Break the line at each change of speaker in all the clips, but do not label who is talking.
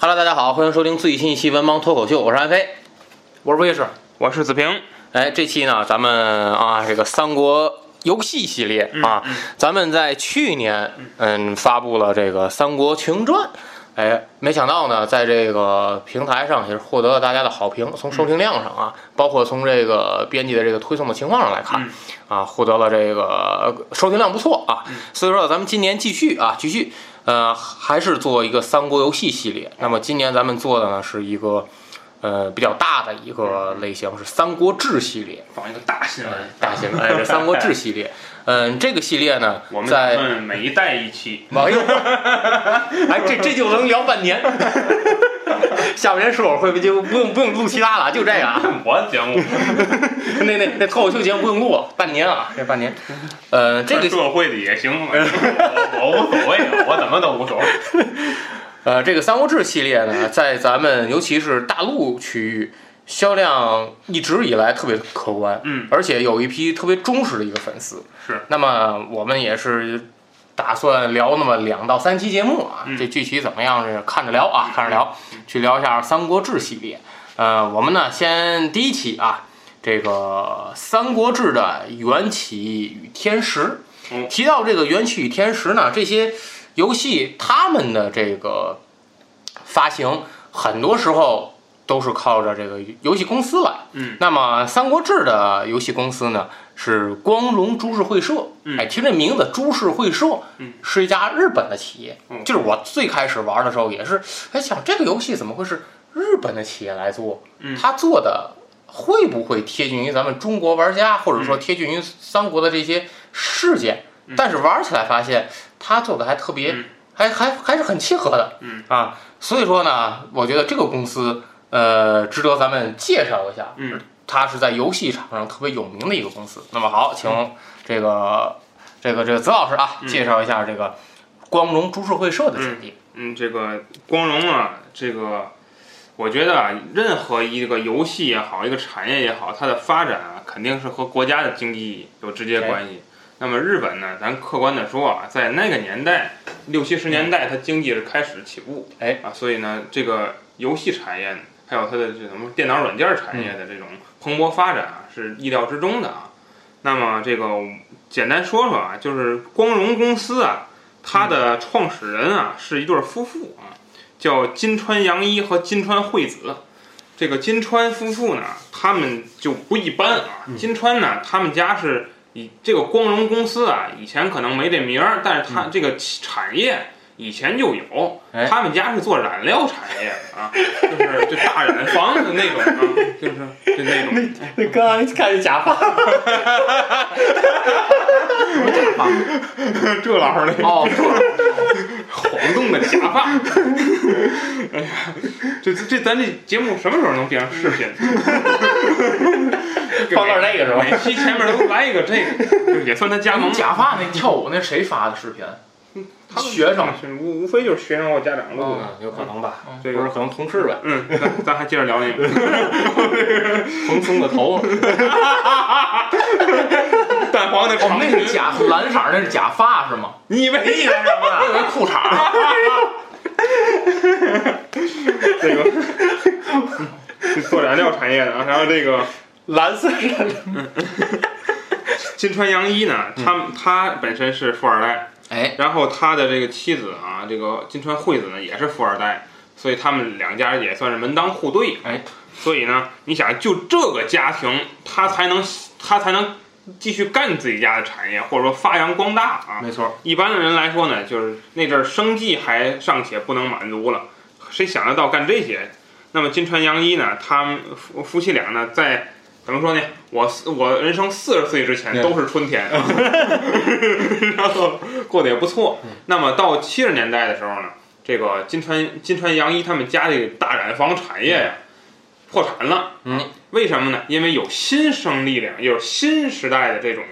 Hello，大家好，欢迎收听最新一期《文盲脱口秀》，我是安飞。
我是卫士，
我是子平，
哎，这期呢，咱们啊，这个三国游戏系列啊，咱们在去年嗯发布了这个《三国群传》，哎，没想到呢，在这个平台上也是获得了大家的好评，从收听量上啊，包括从这个编辑的这个推送的情况上来看，啊，获得了这个收听量不错啊，所以说咱们今年继续啊，继续呃，还是做一个三国游戏系列。那么今年咱们做的呢是一个。呃，比较大的一个
嗯
类型是《三国志》系列，
放一个大新闻。
大型的，哎，这《三国志》系列。嗯，这个系列呢，
我们打
在
算每一代一期，
网友， 哎，这这就能聊半年。 下半年是我会不就不用不用录其他了，就这个啊，
我节目
那那那脱口秀节目不用录了，半年啊，这半年。呃，这个
社会的也 行，我我无所谓，我怎么都无所谓。
呃，这个《三国志》系列呢，在咱们尤其是大陆区域，销量一直以来特别可观，
嗯，
而且有一批特别忠实的一个粉丝。
是，
那么我们也是打算聊那么两到三期节目啊，
嗯
这具体怎么样是看着聊啊，看着聊，去聊一下《三国志》系列。呃，我们呢先第一期啊，这个《三国志》的缘起与天时。
嗯
提到这个缘起与天时呢，这些游戏他们的这个发行，很多时候都是靠着这个游戏公司来。
嗯，
那么《三国志》的游戏公司呢是光荣株式会社。
嗯
哎，听这名字，株式会社，
嗯，
是一家日本的企业。
嗯
就是我最开始玩的时候也是，哎，想这个游戏怎么会是日本的企业来做？
嗯
他做的会不会贴近于咱们中国玩家，或者说贴近于三国的这些事件？
嗯
但是玩起来发现，他做的还特别，
嗯
还还还是很契合的。
嗯
啊，所以说呢，我觉得这个公司呃值得咱们介绍一下。
嗯，
它是在游戏场上特别有名的一个公司。那么好，请这个、这个这个子老师啊，
嗯
介绍一下这个光荣株式会社的简历。
嗯，这个光荣啊，这个我觉得啊，任何一个游戏也好，一个产业也好，它的发展啊，肯定是和国家的经济有直接关系。那么日本呢，咱客观的说啊，在那个年代，六七十年代，它经济是开始起步，
哎
啊，所以呢，这个游戏产业还有它的这什么电脑软件产业的这种蓬勃发展啊，是意料之中的啊。那么这个简单说说啊，就是光荣公司啊，它的创始人啊是一对夫妇啊，叫金川洋一和金川惠子。这个金川夫妇呢，他们就不一般啊。金川呢，他们家是以这个光荣公司啊，以前可能没这名儿，但是他这个企产业以前就有
哎。
他们家是做染料产业的 啊，就是就大染坊的那种啊， 就是就那种。
你刚刚看见假 发
这老师那
哦，
晃动的假 发。哎呀，这这这咱这节目什么时候能变成视频？
放到那个是吧
每期哎前面都来一个这个，就也算他加盟。
假发那跳舞那谁发的视频？
嗯他们
学生
无无非就是学生或家长录的。
嗯，有可能吧，
这
不是
个，
可能同事呗，
嗯，咱咱还接着聊那个，
蓬松的头，
蛋黄的
哦，
长
那
裙
是，假蓝色儿，那是假发是吗？
你以为你以为什么
啊
我以为裤衩儿。
这个是 做染料产业的啊，然后这 个
蓝色
嗯金川洋一呢，他们他本身是富二代，
哎，
然后他的这个妻子啊，这个金川惠子呢，也是富二代。所以他们两家也算是门当户对。
哎，
所以呢，你想就这个家庭，他才能他才能继续干自己家的产业，或者说发扬光大啊。
没错，
一般的人来说呢，就是那阵儿生计还尚且不能满足了，谁想得到干这些？那么金川洋一呢，他们夫夫妻俩呢，在怎么说呢？我四我人生四十岁之前
对
都是春天， 然后过得也不错。
嗯
那么到七十年代的时候呢，这个金川金川洋一他们家里大染坊产业呀、破产了。
嗯，
为什么呢？因为有新生力量，有新时代的这种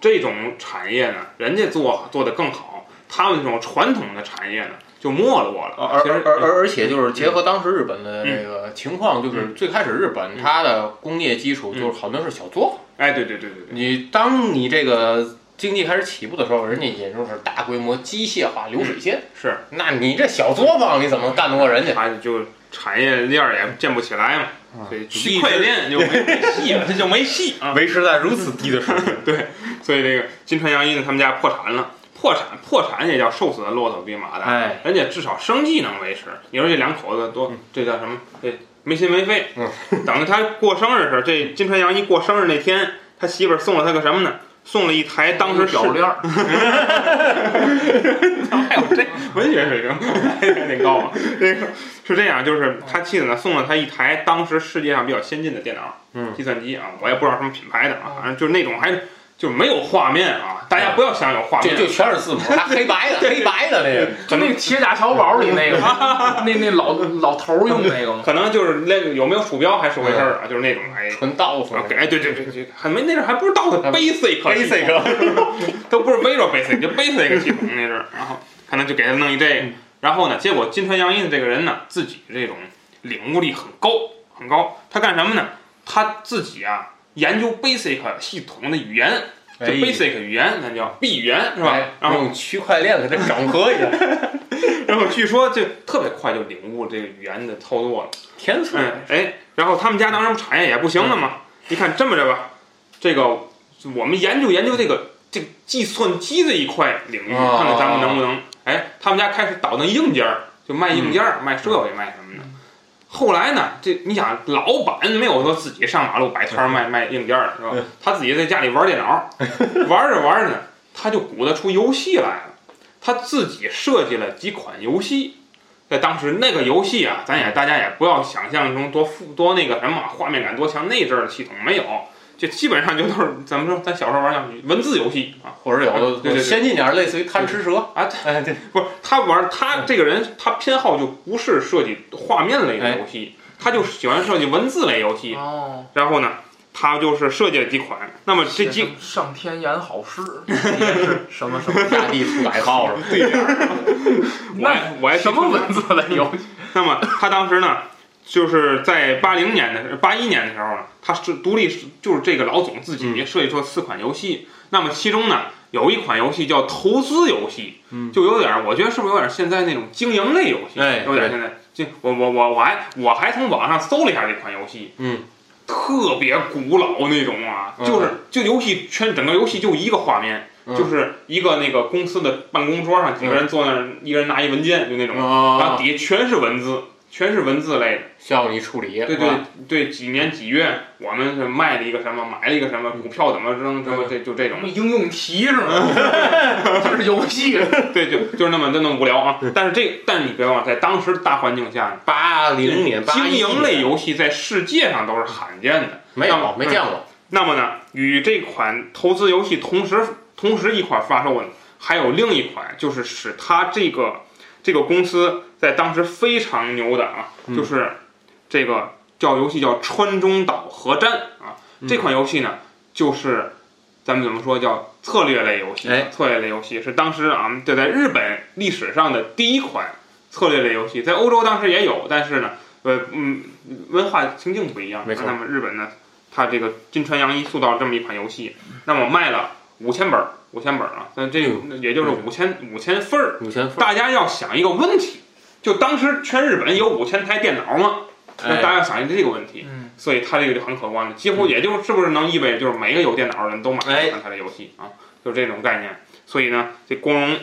这种产业呢，人家做做得更好，他们这种传统的产业呢就没落了。
哦而
其实嗯
而而而而且就是结合当时日本的这个情况，就是最开始日本
嗯
它的工业基础就是好多是小作坊，
哎，对对对对对，
你当你这个经济开始起步的时候，人家引入是大规模机械化流水线，
是，
那你这小作坊你怎么干得过人家？
他就产业链儿也建不起来嘛，所以啊区块链就没没戏 了，这就没戏啊。
维持在如此低的水 平，
所以这个金川洋一呢，他们家破产了，破产破产也叫瘦死的骆驼比马大。
哎，
人家至少生计能维持。你说这两口子多，这叫什么？这没心没肺。等着他过生日的时候，这金川洋一过生日那天，他媳妇儿送了他个什么呢？送了一台当时
小
市
链儿，
哎呦，这文学水平有点高啊！这个是这样，就是他妻子呢送了他一台当时世界上比较先进的电脑，
嗯
计算机啊，我也不知道什么品牌的啊，反正就是那种还就没有画面啊，大家不要想有画
就
面，
就全是字母，还黑白的，黑白的那个。
就那个铁甲小宝里那个， 那那老老头儿用那个吗？
可能就是那个有没有鼠标还是回事儿啊，就是那种哎。
纯倒数
啊，哎，对对对对，还没那阵儿还不知道
还
basic 系统都不是 Vero basic，就 basic 系统那阵儿，然后可能就给他弄一这
嗯
个，然后呢，结果金川洋一的这个人呢，自己这种领悟力很高很高，他干什么呢？他自己啊研究 basic 系统的语言，就
哎
basic 语言，咱叫 B 语言是吧？
哎，
然后
用区块链给它整合一下，
然后据说就特别快就领悟这个语言的操作了。
天赋。
嗯，哎，然后他们家当时不产业也不行了嘛。
嗯
你看这么着吧，这个我们研究研究这个这个计算机这一块领域，
哦
看看咱们能不能。哎，他们家开始倒腾硬件儿，就卖硬件儿、卖设备、卖什么的。后来呢，这你想，老板没有说自己上马路摆摊儿卖卖硬件儿的是吧？他自己在家里玩电脑，玩着玩着呢，他就鼓捣出游戏来了。他自己设计了几款游戏，在当时那个游戏啊，咱也大家也不要想象中多复多那个什么画面感多强，那阵儿的系统没有，就基本上就都是咱们说咱小时候玩像文字游戏啊
或者有
对对
的
对
先进点儿，类似于贪吃蛇
啊，
哎，对，
不是他玩他这个人他偏好就不是设计画面类
哎
的游戏，他就喜欢设计文字类游戏。
哦，
然后呢，他就是设计了几款，那么这几
上天言好诗，是什么什么
下地出海号 了。
对联儿，我还我还
什么文字类游戏？
那么他当时呢，就是在八零年的八一年的时候呢，他是独立，就是这个老总自
嗯
己设计出了四款游戏。那么其中呢，有一款游戏叫投资游戏，
嗯
就有点儿，我觉得是不是有点儿现在那种经营类游戏，
哎
有点儿现在。这我我我我还我还从网上搜了一下这款游戏，
嗯，
特别古老那种啊，
嗯
就是就游戏圈整个游戏就一个画面，
嗯
就是一个那个公司的办公桌上几个人坐那儿，一个人拿一文件，就那种。然后
啊，
底下全是文字，全是文字类的。
需要你处理，
对
是
对
吧
对，几年几月我们是卖了一个什么，买了一个什么，股票怎么扔，什么这就这种
什么。应用题是吗？ 这是游戏，
对，就就是那么那么无聊啊。但是这，但是你别忘了，在当时大环境下，
八零年、八
经
一
营类游戏在啊世界上都是罕见的。
没
那
有
么
没见过，
那么呢，与这款投资游戏同时同时一块儿发售呢，还有另一款，就是使它这个这个公司在当时非常牛的啊，
嗯
就是这个叫游戏叫《川中岛核战》啊，
嗯
这款游戏呢，就是咱们怎么说叫策略类游戏啊，
哎
策略类游戏是当时啊，就在日本历史上的第一款策略类游戏，在欧洲当时也有，但是呢，呃，嗯，文化情境不一样。
没错
那么日本呢，它这个金川洋一塑造了这么一款游戏，那么卖了五千本儿，五千本儿啊，那这
哎呦
那也就是五千五千份儿。
五千分，
大家要想一个问题，就当时全日本有五千台电脑吗？那
哎嗯
大家要想一个这个问题，
嗯，
所以它这个就很可观了，几乎也就是是不是能意味着就是每个有电脑的人都买
哎
了它的游戏啊，就是这种概念。所以呢，这光荣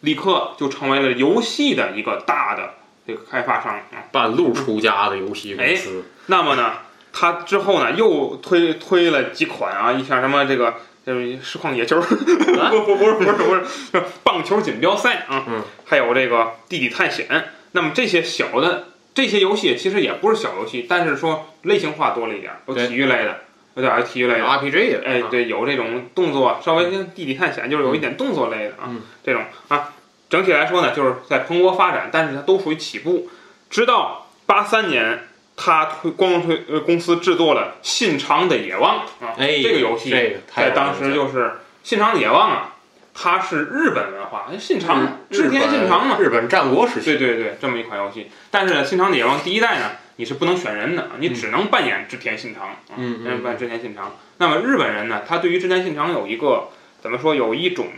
立刻就成为了游戏的一个大的这个开发商啊。
半路出家的游戏公司，
那么呢，他之后呢又推推了几款啊，一像什么这个。就是实况野球，不不不是不是不是，是棒球锦标赛啊，
嗯
还有这个地底探险。那么这些小的这些游戏其实也不是小游戏，但是说类型化多了一点儿，有
对
体育类的，有点儿体育类的，
RPG 的，
哎，
啊，
对，有这种动作，稍微跟地理探险就是有一点动作类的啊，
嗯
这种啊，整体来说呢，就是在蓬勃发展，但是它都属于起步。直到八三年，它推光荣推呃公司制作了《信长的野望》啊，
哎，
这个游戏
这个太
在
有
当时
意思了
就是《信长的野望》啊，它是日本文化，哎信长嘛织田信长嘛，
嗯日本战国时期，
对对对，这么一款游戏。但是《信长的野望》第一代呢，你是不能选人的，你只能扮演织田信长，啊
嗯嗯嗯
只能扮演织田信长。那么日本人呢，他对于织田信长有一个怎么说，有一种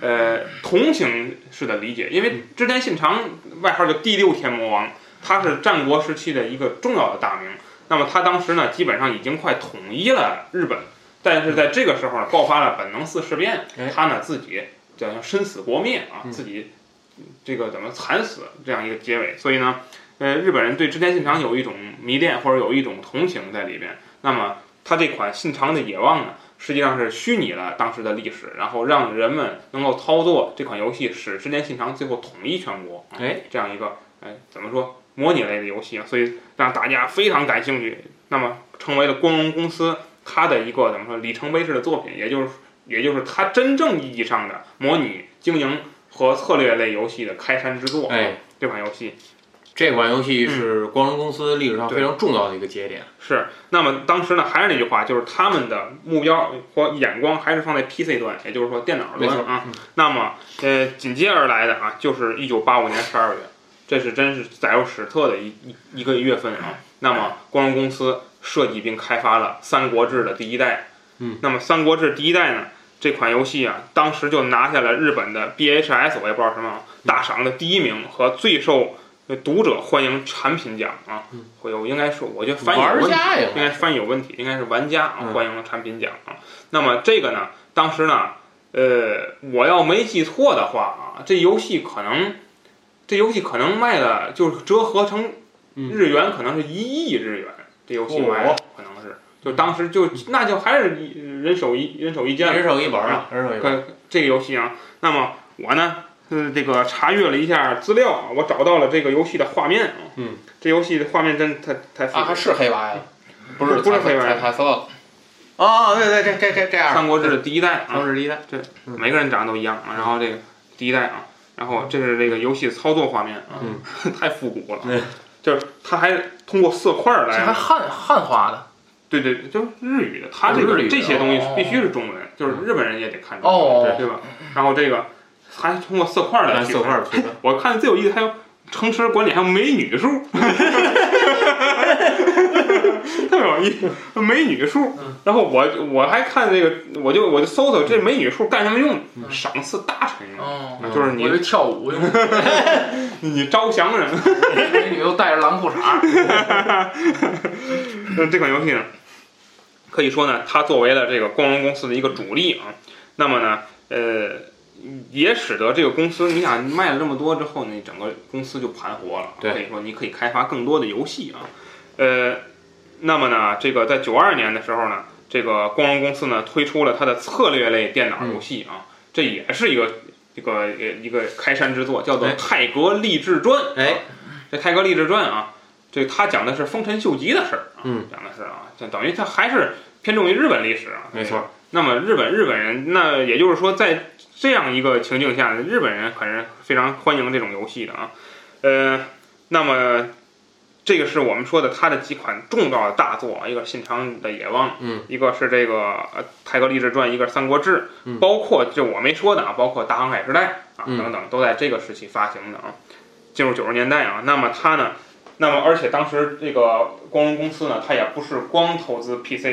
呃同情式的理解，因
嗯
为织田信长外号叫第六天魔王，他是战国时期的一个重要的大名。那么他当时呢，基本上已经快统一了日本，但是在这个时候呢，爆发了本能寺事变
哎，
他呢自己叫生死国灭啊，
嗯
自己这个怎么惨死这样一个结尾，所以呢，呃，日本人对织田信长有一种迷恋或者有一种同情在里边。那么他这款信长的野望呢，实际上是虚拟了当时的历史，然后让人们能够操作这款游戏，使织田信长最后统一全国。啊
哎，
这样一个哎怎么说模拟类的游戏啊，所以让大家非常感兴趣，那么成为了光荣公司它的一个怎么说里程碑式的作品，也就是也就是它真正意义上的模拟经营和策略类游戏的开山之作。啊
哎，
这款游戏
这款游戏是光荣公司历史
嗯
上
对
非常重要的一个节点，
是，那么当时呢，还是那句话，就是他们的目标或眼光还是放在 PC 端，也就是说电脑
没
端
错嗯
啊。那么，呃，紧接而来的啊，就是一九八五年十二月，这是真是载入史册的一一一个月份啊。那么，光荣公司设计并开发了《三国志》的第一代。
嗯，
那么《三国志》第一代呢，这款游戏啊，当时就拿下了日本的 BHS，我也不知道什么啊
嗯
大赏的第一名和最受呃读者欢迎产品奖啊
嗯。
会有应该说，我觉得翻译有
玩
问嗯题
家呀，
应该翻译有问题，应该是玩家啊
嗯
欢迎了产品奖啊。那么这个呢，当时呢，呃，我要没记错的话啊，这游戏可能这游戏可能卖了，就是折合成
嗯
日元可能是一亿日元，这游戏卖
哦
的可能是。就当时就那就还是一人手一人手一件了
人手一本儿啊，人手一本儿，
呃，这个游戏啊，那么我呢，呃，这个查阅了一下资料啊，我找到了这个游戏的画面啊，
嗯，
这游戏的画面真太太复杂
啊，还是黑白的，
不是
不是
彩
黑白
彩彩色的，哦，对对，这这这这
《
样，嗯
三国志》的第一代啊，
三国志一代，
每个人长得都一样啊。然后这个第一代啊，然后这是这个游戏操作画面啊，
嗯
太复古了啊
嗯。
就是它还通过色块儿
这还
来，
汉汉化的。
对对，就是日语的，它这
日
个
语的
这些东西
哦
必须是中文，就是日本人也得看中文，
哦，
对吧？然后这个还通过色块儿来
蓝
区
色
分哎
块儿图的，
我看最有意思还有城池管理还有美女数， 特别有意思，美女数。
嗯
然后我我还看这个，我就我就搜搜这美女数干什么用的，赏赐大臣用，
嗯哦，
嗯
就是
我
你
以为跳舞用，
你招降人。
美女都带着蓝裤衩，
那这款游戏呢，可以说呢，它作为了这个光荣公司的一个主力啊。那么呢，呃，也使得这个公司，你想卖了这么多之后呢，整个公司就盘活了啊。
对
可以说你可以开发更多的游戏啊。呃，那么呢，这个在九二年的时候呢，这个光荣公司呢推出了它的策略类电脑游戏啊，
嗯
这也是一个一个呃一个开山之作，叫做
哎
《泰格励志传》。啊
哎，
这《泰格励志传》啊，这他讲的是丰臣秀吉的事儿啊，
嗯
讲的是啊，就等于他还是偏重于日本历史啊，
没错。
那么日本日本人，那也就是说，在这样一个情境下，日本人可是非常欢迎这种游戏的啊。呃，那么这个是我们说的他的几款重要的大作，一个《信长的野望》，
嗯，
一个是这个呃《泰格励志传》，一个是《三国志》，
嗯
包括就我没说的啊，包括《大航海时代》啊
嗯
等等，都在这个时期发行的啊。进入九十年代啊，那么它呢，那么而且当时这个光荣公司呢，它也不是光投资 PC，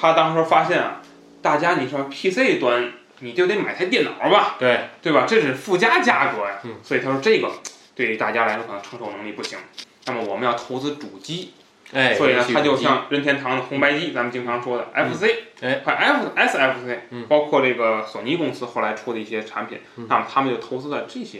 它当时发现啊，大家你说 PC 端你就得买台电脑吧，
对，
对吧？这是附加价格呀。
嗯
所以他说这个对于大家来说可能承受能力不行。那么我们要投资主机，
哎，
所以呢，它就
游戏主机
像任天堂的红白机，咱们经常说的 FC，
哎
还 F SFC，
嗯
包括这个索尼公司后来出的一些产品，那么他们就投资了这些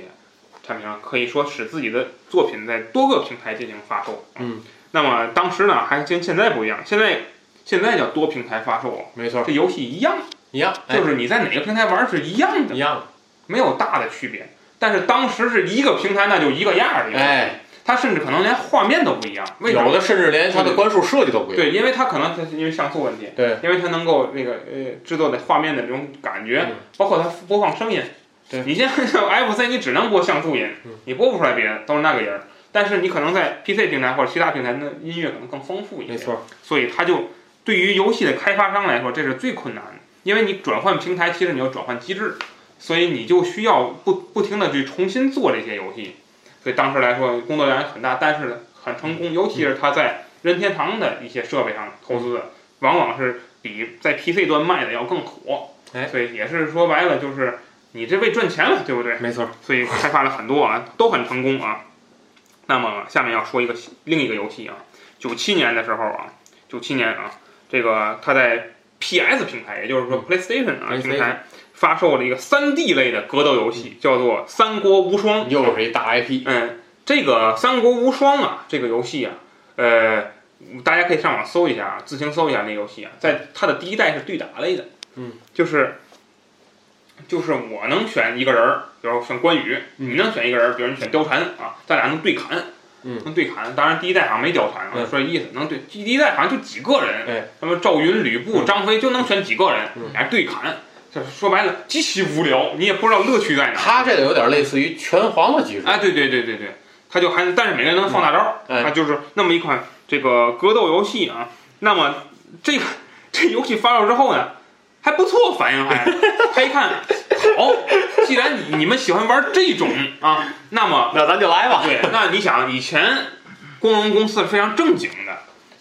产品上，可以说使自己的作品在多个平台进行发售。啊
嗯，
那么当时呢，还跟现在不一样，现在现在叫多平台发售，啊
没错，
这游戏一样，
一样，哎
就是你在哪个平台玩是一样
一
的，
样，
没有大的区别。但是当时是一个平台，那就一个样儿的，
哎，
它甚至可能连画面都不一样。为啥
有的甚至连它的关数设计都不一样。
对，因为它可能它是因为像素问题，
对，
因为它能够那个呃制作的画面的这种感觉，
嗯
包括它播放声音。
对
你像 FC 你只能播像素音，
嗯
你播不出来别的，都是那个音儿。但是你可能在 PC 平台或者其他平台的音乐可能更丰富一些，
没。错，
所以它就对于游戏的开发商来说，这是最困难的，因为你转换平台，其实你要转换机制，所以你就需要不不停的去重新做这些游戏。所以当时来说，工作量也很大，但是很成功，尤其是它在任天堂的一些设备上投资的，往往是比在 PC 端卖的要更火。
哎
所以也是说白了，就是你这为赚钱了，对不对？
没错，
所以开发了很多啊，都很成功啊。那么下面要说一个另一个游戏啊，九七年的时候啊，九七年啊，这个它在 PS 平台，也就是说 PlayStation 啊
PlayStation
平台发售了一个三 D 类的格斗游戏，叫做《三国无双》。
又是一大 IP，
嗯，这个《三国无双》啊，这个游戏啊，呃，大家可以上网搜一下啊，自行搜一下那游戏啊，在它的第一代是对打类的，
嗯，
就是就是我能选一个人儿，比如选关羽，
嗯
你能选一个人儿，比如你选貂蝉啊，咱俩能对砍，
嗯
能对砍。当然第一代好像没貂蝉啊，
嗯
说意思能对，第一代好像就几个人，
哎
什么赵云、吕布、张飞就能选几个人，
嗯
俩人对砍。这说白了极其无聊，你也不知道乐趣在哪儿。
它这个有点类似于拳皇的技术，
哎，对对对对对，它就还，但是每个人能放大招儿，
嗯哎
它就是那么一款这个格斗游戏啊。那么这个这游戏发售之后呢，还不错，反应还，他一看，好，既然你你们喜欢玩这种啊，那么
那咱就来吧。
对，那你想以前光荣公司是非常正经的，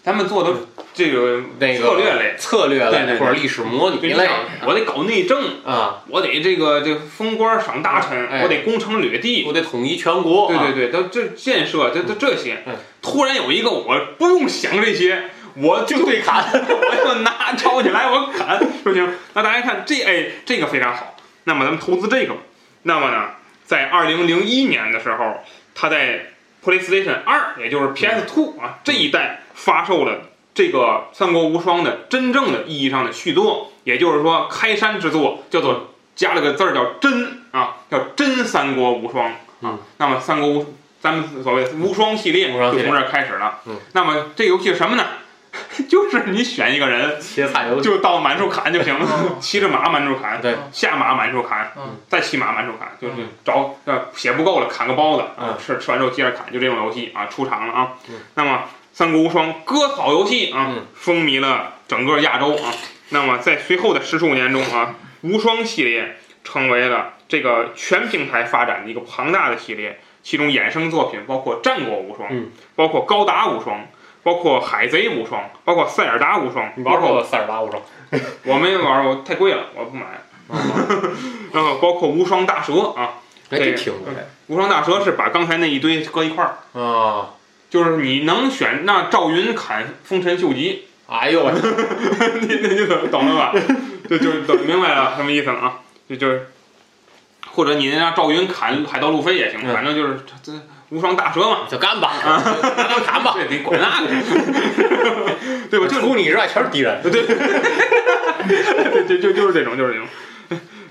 咱们做的这个
那个啊
策略类。
策略
对对
类
对
或者历史模拟
对，你
类
想我得搞内政，
啊，
我得这个这个封官赏大臣，
哎
我得攻城掠地，
我得统一全国。
对对
啊，
对，都这建设，啊这这这些
嗯，
突然有一个我不用想这 些，我就对砍，我就拿抄起来我砍就 行。那大家看这哎，这个非常好。那么咱们投资这个吧。那么呢，在二零零一年的时候，它在 PlayStation 二，也
嗯
就是 PS Two 啊这一代发售了这个《三国无双》的真正的意义上的续作，也就是说开山之作，叫做加了个字儿叫真啊，叫真《三国无双》啊
嗯。
那么《三国无》咱们所谓的无双系列
无双
就
系列
从这儿开始了。
嗯
那么这个游戏是什么呢？ 就是你选一个人，
切菜游戏。
就到满处砍就行 了，骑着马满处砍，
对，
下马满处砍，
嗯
再骑马满处砍，就是
嗯
找呃血不够了砍个包子，啊
嗯
吃吃完之后接着砍，就这种游戏啊出场了啊。
嗯
那么《三国无双》割草游戏啊，
嗯
风靡了整个亚洲啊。那么在随后的十数年中啊，无双系列成为了这个全平台发展的一个庞大的系列，其中衍生作品包括《战国无双》
嗯
包括《高达无双》。包括海贼无双，包括塞尔达无双，
你
包
玩
括
过塞尔达无 双？
我没玩过，太贵了，我不买。然后呃包括无双大蛇啊，
哎，
对
这挺过来
无双大蛇是把刚才那一堆搁一块儿，
啊！
就是你能选那赵云砍丰臣秀吉，
哎呦我，
你你就懂了吧？就就懂明白了什么意思了啊？就就是，或者你让赵云砍海盗路飞也行，
嗯
反正就是这这无双大蛇嘛，
就干吧，拿刀砍吧，
对，你管那个， 对 吧？就
除你之外全是敌人。
对对， 就就是这种，就是这种。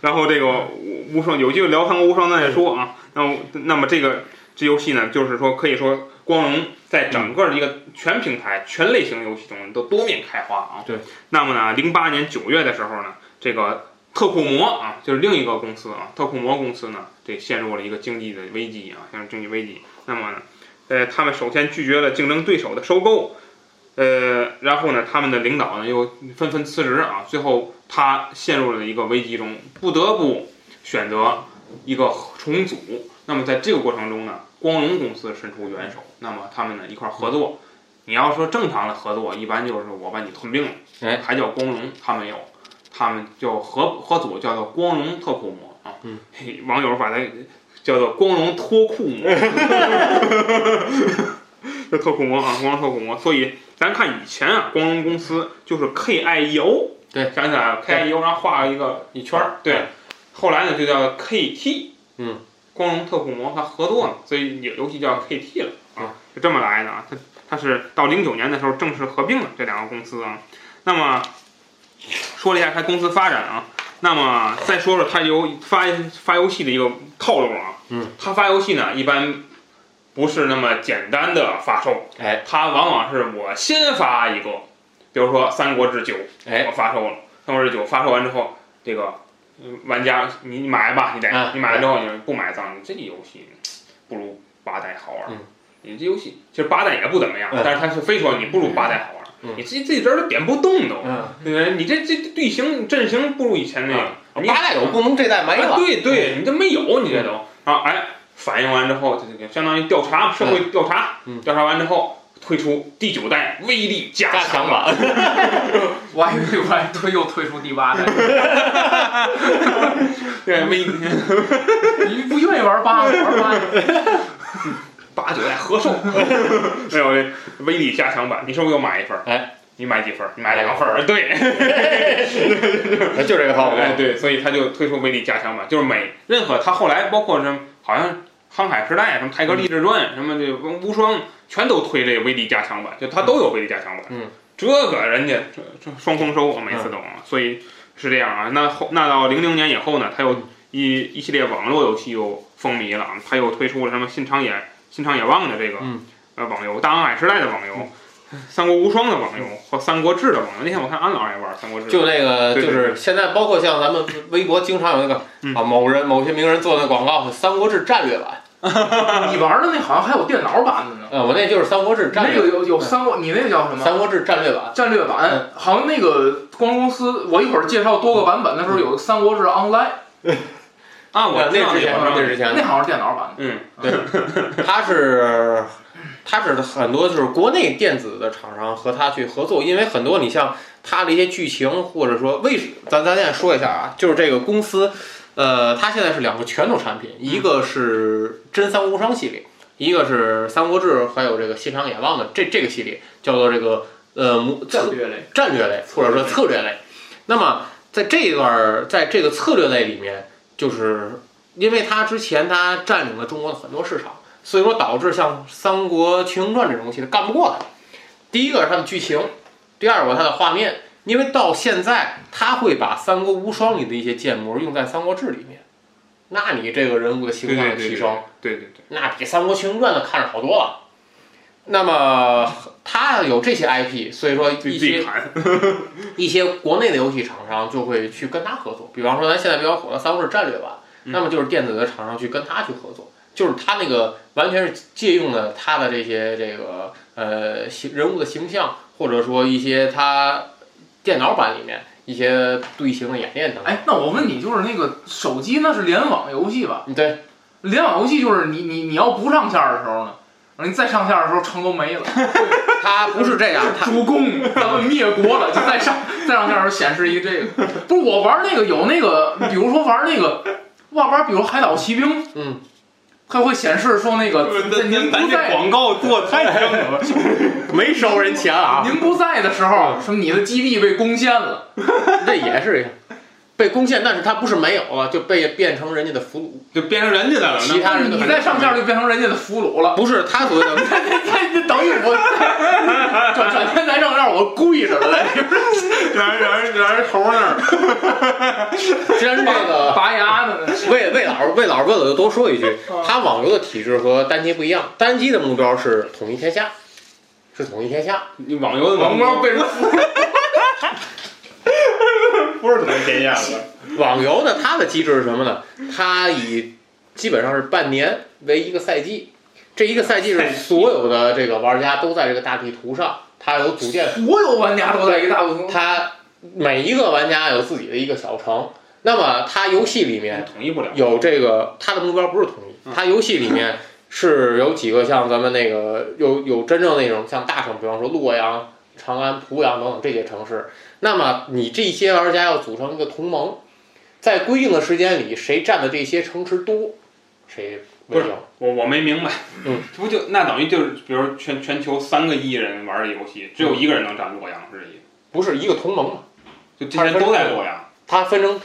然后这个无无双有机会聊三国无双，那再说啊。那我那么这个这游戏呢，就是说可以说光荣在整个一个全平台、全类型游戏中都多面开花啊。
对。
那么呢，零八年九月的时候呢，这个特库摩啊，就是另一个公司啊，特库摩公司呢，这陷入了一个经济的危机啊，陷入经济危机。那么呢，呃，他们首先拒绝了竞争对手的收购，呃，然后呢，他们的领导呢又纷纷辞职啊，最后他陷入了一个危机中，不得不选择一个重组。那么在这个过程中呢，光荣公司伸出援手，那么他们呢一块儿合作。你要说正常的合作，一般就是我把你吞并了，
哎
还叫光荣，他没有，他们就合合组叫做光荣特库摩啊，
嗯
嘿，网友把它叫做光荣脱裤魔， 这特库摩啊，光荣特库摩。所以咱看以前啊，光荣公司就是 K I E O，
对，
想起来了，K I E O，然后画了一个
一圈儿
对，后来呢就叫 KT，
嗯，
光荣特库摩它合作呢，所以游游戏叫 KT 了
嗯
啊，是这么来的啊。它它是到零九年的时候正式合并了这两个公司啊。那么说了一下它公司发展啊，那么再说说它游发发游戏的一个套路啊。
嗯，
它发游戏呢一般不是那么简单的发售，
哎，
它往往是我先发一个，比如说《三国志九》，
哎
我发售了，《三国志九》发售完之后，这个嗯玩家你你买吧，你得、
嗯
你买了之后你不买账，你这游戏不如八代好玩。
嗯
你这游戏其实八代也不怎么样，
嗯
但是他是非说你不如八代好玩，
嗯
你自己自己这儿都点不动都，
嗯，
对你这这队形阵型不如以前那个，你
嗯八代有功能，这代没
啊
了。嗯
对对，你这没有，你这都啊，哎，反映完之后，这个相当于调查社会调查，
嗯
调查完之后推出第九代威力加
加 强
版，
版，
我还以为我还推又推出第八代，
对威力
你不愿意玩八，玩八，
八九代合售， 没有这威力加强版，你是不是又买一份？
哎，
你买几份？你买两份儿，对，
就这个套路。
哎对，所以他就推出威力加强版，就是每任何他后来包括什么，好像航海时代什么泰
嗯
格励志传什么这无双，全都推这威力加强版，就他都有威力加强版。
嗯，
这个人家这这双丰收，我每次都啊，所以是这样啊。那后那到零零年以后呢，他
嗯
又一一系列网络游戏又风靡了啊，他又推出了什么新长野新长野望的这个、
嗯
呃网游，大航海时代的网游。三国无双的网游和三国志的网游，那天我看安老也玩三国志，
嗯就那个，
对对
就是现在，包括像咱们微博经常有那个
嗯
啊，某人某些名人做的广告《三国志战略版
你玩的那好像还有电脑版的呢》，。
嗯，我那就是《三国志
那
战略
个》，有有三国，你那个叫什
《
么？
三国嗯志战略版
战略版，好像那个光荣公司，我一会儿介绍多个版本的时
嗯
候，有《三国志 Online》，
啊，》。我
那
知道
之
那
前，
个
那之前
那，好像是电脑版的。
嗯，
他是他是很多就是国内电子的厂商和他去合作，因为很多你像他的一些剧情，或者说为什咱咱现在说一下啊，就是这个公司，呃，它现在是两个拳头产品，一个是真三国无双系列，一个是三国志，还有这个西厂野望的这这个系列叫做这个呃魔
战略类，
战略类或者说策略类。那么在这一段儿，在这个策略类里面，就是因为它之前它占领了中国的很多市场，所以说导致像《三国群英传》这种东西它干不过它。第一个是它的剧情，第二个它的画面，因为到现在它会把《三国无双》里的一些建模用在《三国志》里面，那你这个人物的
对
形象
对
的
对，
提升。
对对对，
那比《三国群英传》的看着好多了。那么它有这些 IP，所以说
自己
一
自己
些
盘。
一些国内的游戏厂商就会去跟他合作，比方说咱现在比较火的《三国志战略版》，
嗯
那么就是电子的厂商去跟他去合作，就是他那个完全是借用了他的这些这个呃形人物的形象，或者说一些他电脑版里面一些队形的演练等等。
哎，那我问你，就是那个手机那是联网游戏吧？
嗯对，
联网游戏就是你你你要不上线的时候呢，你再上线的时候城都没了，
他不是这样，他
主公咱们灭国了，就再上再上线的时候显示一这个。不是我玩那个有那个，比如说玩那个，哇玩比如海岛奇兵，
嗯，
它会显示说那个在您不在
广告做太正了，
没收人钱啊，嗯
您不在的时候，说你的基地被攻陷了，
这也是一样被攻陷，但是他不是没有了，就被变成人家的俘虏。
就变成人家的了。
其他人的
你再上线就变成人家的俘虏了。
不是他所谓的，
等于我 转转天再上线，我跪着了，
俩人俩人头那儿，
既然这个
拔牙呢。
魏魏老师，魏老师为了多说一句，他网游的体制和单机不一样，单机的目标是统一天下，是统一天下。
你网游的游
王光被人俘虏，
不是能天下的，
网游呢，它的机制是什么呢？它以基本上是半年为一个赛季，这一个赛季是所有的这个玩家都在这个大地图上，它有组建
所有玩家都在一大不同。
它每一个玩家有自己的一个小城。那么它游戏里面
统一不了。
有这个，它的目标不是统一，它游戏里面是有几个像咱们那个有有真正那种像大城，比方说洛阳、长安、濮阳等等这些城市。那么你这些玩家要组成一个同盟，在规定的时间里，谁占的这些城池多，谁为
不
赢。
我我没明白，
嗯，
不就那等于就是，比如全全球三个亿人玩的游戏，只有一个人能占洛阳是一，
不是一个同盟嘛？
就这些人都在洛阳。
它分成，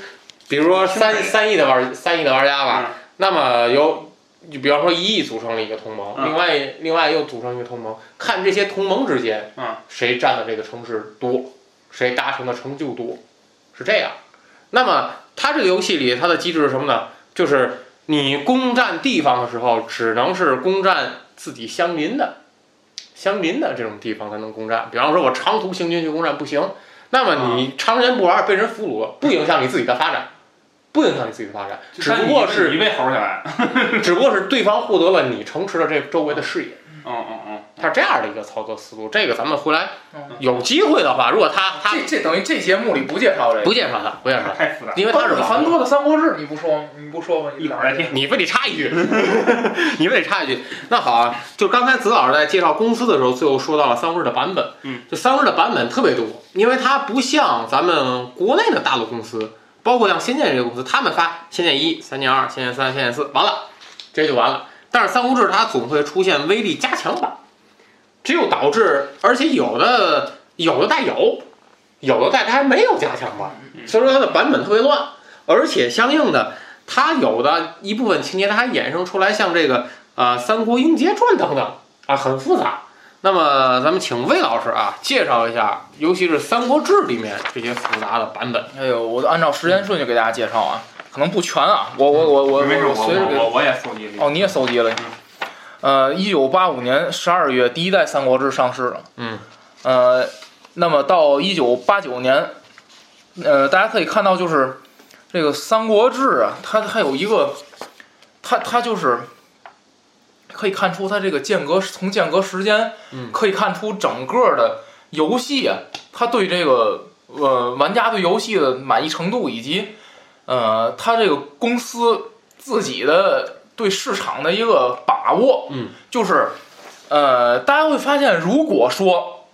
比如说
听着嗯
三三亿的玩三亿的玩家吧，那么由就比方说一亿组成了一个同盟，
嗯
另外另外又组成一个同盟，看这些同盟之间，
嗯，
谁占的这个城市多，谁达成的成就多，是这样。那么它这个游戏里它的机制是什么呢？就是你攻占地方的时候，只能是攻占自己相邻的、相邻的这种地方才能攻占。比方说，我长途行军去攻占不行，那么你长时间不玩，被人俘虏，不影响你自己的发展，不影响你自己的发展，只不过是
你被猴起来。
只不过是对方获得了你城池的这周围的视野，
嗯嗯嗯，
它是这样的一个操作思路。这个咱们回来
嗯
有机会的话，如果他他
这这等于这节目里不介绍这个，
不介绍他，不介绍他，
太复杂。
因为他是
但
网
韩
络。
多的《三国志》，你不说吗？你不说吗？
一会儿来听。
你非得插一句， 你非得插一句。那好啊，就刚才子老师在介绍公司的时候，最后说到了三文的版本。
嗯，
就三文的版本特别多，因为它不像咱们国内的大陆公司，包括像仙剑这些公司，他们发《仙剑一》《仙剑二》《仙剑三》《仙剑四》，完了，这就完了。但是《三国志》它总会出现威力加强版，只有导致，而且有的有的带有，有的带它还没有加强版，所以说它的版本特别乱，而且相应的。它有的一部分情节，它还衍生出来，像这个呃《三国英杰传》等等啊，很复杂。那么咱们请魏老师啊，介绍一下，尤其是《三国志》里面这些复杂的版本。
哎呦，我按照时间顺序给大家介绍啊，可能不全啊，我我我我我
没事，我
随着
我
给
我我也搜集了一个。
哦，你也搜集
嗯
了。呃，一九八五年十二月，第一代《三国志》上市了。
嗯。
呃，那么到一九八九年，呃，大家可以看到，就是这个《三国志》啊，它它有一个，它它就是可以看出它这个间隔从间隔时间，
嗯
可以看出整个的游戏啊，它对这个呃玩家对游戏的满意程度以及呃它这个公司自己的对市场的一个把握，
嗯，
就是呃大家会发现，如果说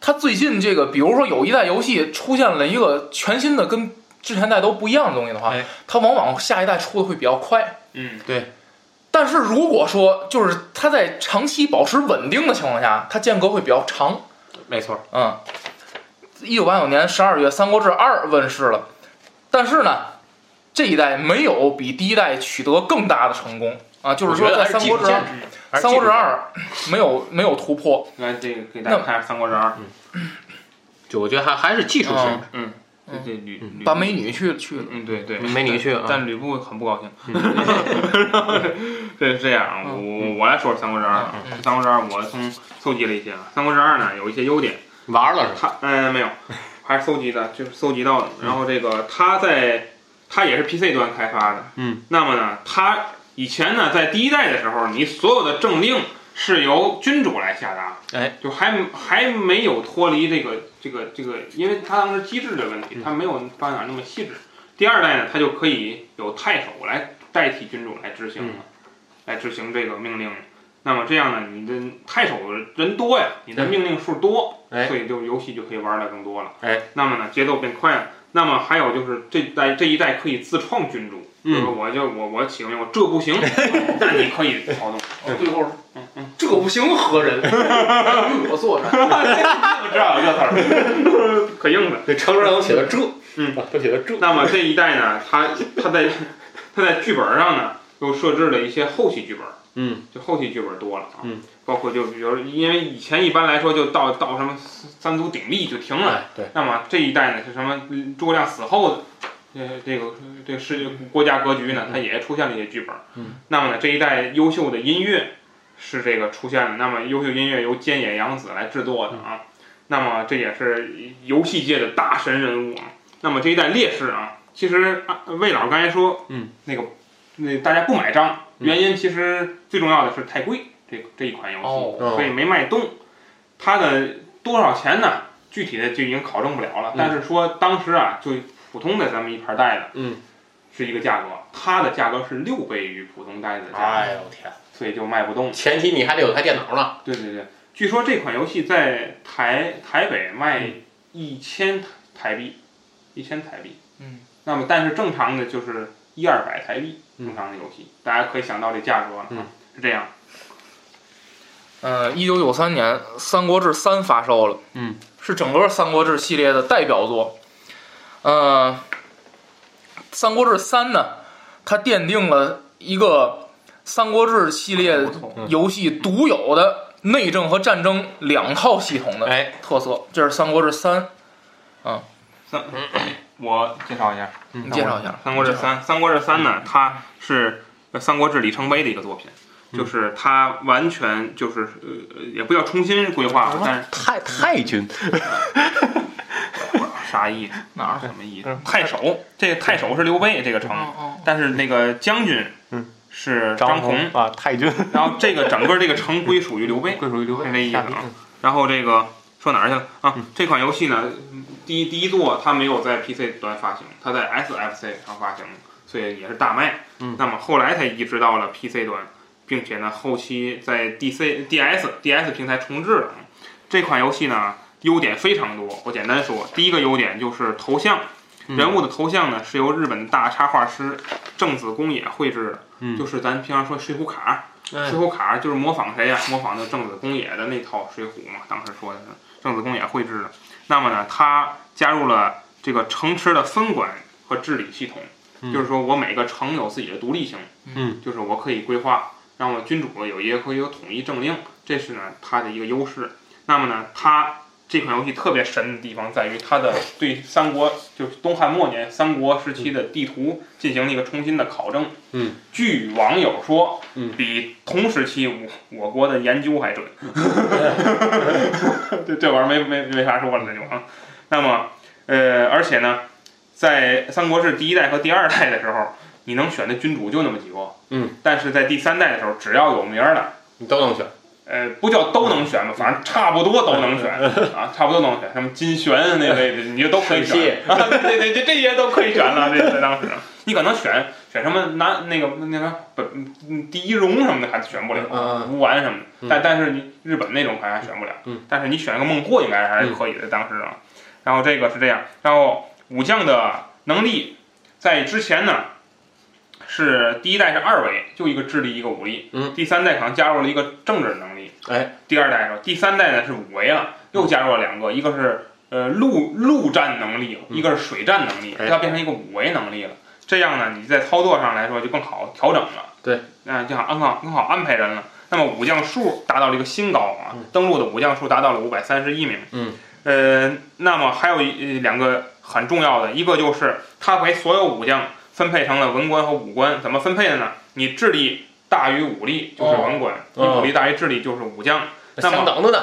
它最近这个，比如说有一代游戏出现了一个全新的跟之前代都不一样的东西的话
哎，
它往往下一代出的会比较快，
嗯
但是如果说就是它在长期保持稳定的情况下，它间隔会比较长。
没错，
嗯，一九八九年十二月，《三国志二》问世了，但是呢，这一代没有比第一代取得更大的成功啊，就是说
我觉得
在《
还是
三
技
国
术
志二
建》
嗯，
还
《
是
三国志
技术
二》没有没有突破，
来这个给大家看一下《三国志二》。
就我觉得还还是技术性的。
嗯，这这吕吕
把美女去去了。
嗯，对对，
没你去啊
但吕布很不高兴。 这是这样啊，
嗯
我我我来说《三国志二》啊，《三国志二》我从搜集了一些啊，《三国志二》呢有一些优点，
玩了是吧？
它嗯没有，还是搜集的，就是搜集到的。然后这个它在它也是 PC 端开发的，
嗯，
那么呢，它以前呢在第一代的时候，你所有的政令是由君主来下达，
哎，
就还还没有脱离这个这个这个，因为它当时机制的问题，它没有发展那么细致。第二代呢，它就可以有太守来代替君主来执行了，来执行这个命令。那么这样呢，你的太守人多呀，你的命令数多，
哎
所以就游戏就可以玩的更多了。
哎，
那么呢，节奏变快了。那么还有就是这代这一代可以自创君主，
嗯
比如说我就我我起个名，我这不 行，那你可以操纵。
最后，这不行，何人？与我作战。
不知道有这词儿，可硬了。
这成人有写的这，
嗯，
都写的这。
那么这一代呢，它它在它在剧本上呢，又设置了一些后期剧本，
嗯，
就后期剧本多了啊，
嗯，
包括就比如因为以前一般来说就到到什么三足鼎立就停了，
哎，对，
那么这一代呢是什么？嗯诸葛亮死后的，呃，这个这个世界国家格局呢，它也出现了一些剧本。
嗯，
那么呢，这一代优秀的音乐是这个出现了。那么优秀音乐由菅野洋子来制作的啊。
嗯
那么这也是游戏界的大神人物啊。那么这一代烈士啊，其实、啊、魏老师刚才说，
嗯，
那个那大家不买账，
嗯
原因其实最重要的是太贵，这个这一款游戏。
哦
所以没卖动。它的多少钱呢？具体的就已经考证不了了。
嗯
但是说当时啊，就普通的咱们一盘带的，
嗯，
是一个价格，它的价格是六倍于普通带的价格，
哎呦天，
所以就卖不动。
前提你还得有台电脑呢。
对对对，据说这款游戏在台台北卖一千台币，一千台币。
嗯，
那么但是正常的就是一二百台币，
嗯
正常的游戏，大家可以想到这价格了。啊
嗯，
是这样。
呃，一九九三年，《三国志三》发售了，
嗯，
是整个《三国志》系列的代表作。呃，《三国志三》呢，它奠定了一个《三国志》系列
不错
游戏独有的内政和战争两套系统的
哎，
特色。这是《三国志三》，
三，我介绍一下，
你介绍一下
《三国志三》。《三国志三》呢，它是《三国志》里程碑的一个作品，就是它完全就是呃，也不叫重新规划吧，但是
太太君，
啥意思？
哪儿？
什么意
嗯
思？太守，这个太守是刘备这个
哦
城，
哦，
但是那个将军
嗯
是张
宏
宏，
啊，太君
然后这个整个这个城归属于刘备，
归属于刘备
是这意思
下笔嗯
啊。然后这个说哪儿去了啊？这款游戏呢，第一第一座它没有在 PC 端发行，它在 SFC 上发行，所以也是大卖。
嗯
那么后来才移植到了 PC 端，并且呢，后期在 DC、DS、DS 平台重置了。这款游戏呢，优点非常多，我简单说，第一个优点就是头像。
嗯
人物的头像呢是由日本的大插画师正子公野绘制的，
嗯哎
就是咱平常说水浒卡，水浒卡就是模仿谁呀、模仿的郑子公野的那套水浒嘛，当时说的是郑子公野绘制的。那么呢，他加入了这个城池的分管和治理系统，
嗯
就是说我每个城有自己的独立性，
嗯，
就是我可以规划，让我君主有一个可以有统一政令，这是呢它的一个优势。那么呢，它这款游戏特别神的地方在于它的对三国，就是东汉末年三国时期的地图进行了一个重新的考证。
嗯，
据网友说，
嗯
比同时期我我国的研究还准。 这这玩意儿没没没啥说了，这就啊。那么，呃，而且呢，在《三国志》第一代和第二代的时候，你能选的君主就那么几个。
嗯，
但是在第三代的时候，只要有名儿的，
你都能选，
呃，不叫都能选吧，反正差不多都能选啊，差不多都能选，什么金旋啊那类的，你就都可以
水
选啊，对对对，这这些都可以选了，这在当 时，你可能选选什么拿那个那个本嗯第一荣什么的还选不了
嗯，
吴丸什么
嗯
的，但但是你日本那种好像还选不了
嗯，
但是你选一个孟获应该还是可以的，当时啊，然后这个是这样，然后武将的能力在之前呢。是第一代是二维，就一个智力一个武力。
嗯，
第三代可能加入了一个政治能力，
哎，
第二代是吧？第三代呢是五维了，又加入了两个，一个是呃陆陆战能力，
嗯
一个是水战能力，
哎
它变成一个五维能力了。这样呢，你在操作上来说就更好调整了。
对，
那、就好更好更好安排人了。那么武将数达到了一个新高啊，
嗯
登陆的武将数达到了五百三十一名。
嗯，
呃，那么还有一呃两个很重要的，一个就是它给所有武将分配成了文官和武官，怎么分配的呢？你智力大于武力就是文官，你
哦
武力大于智力就是武将。那么
相等的呢，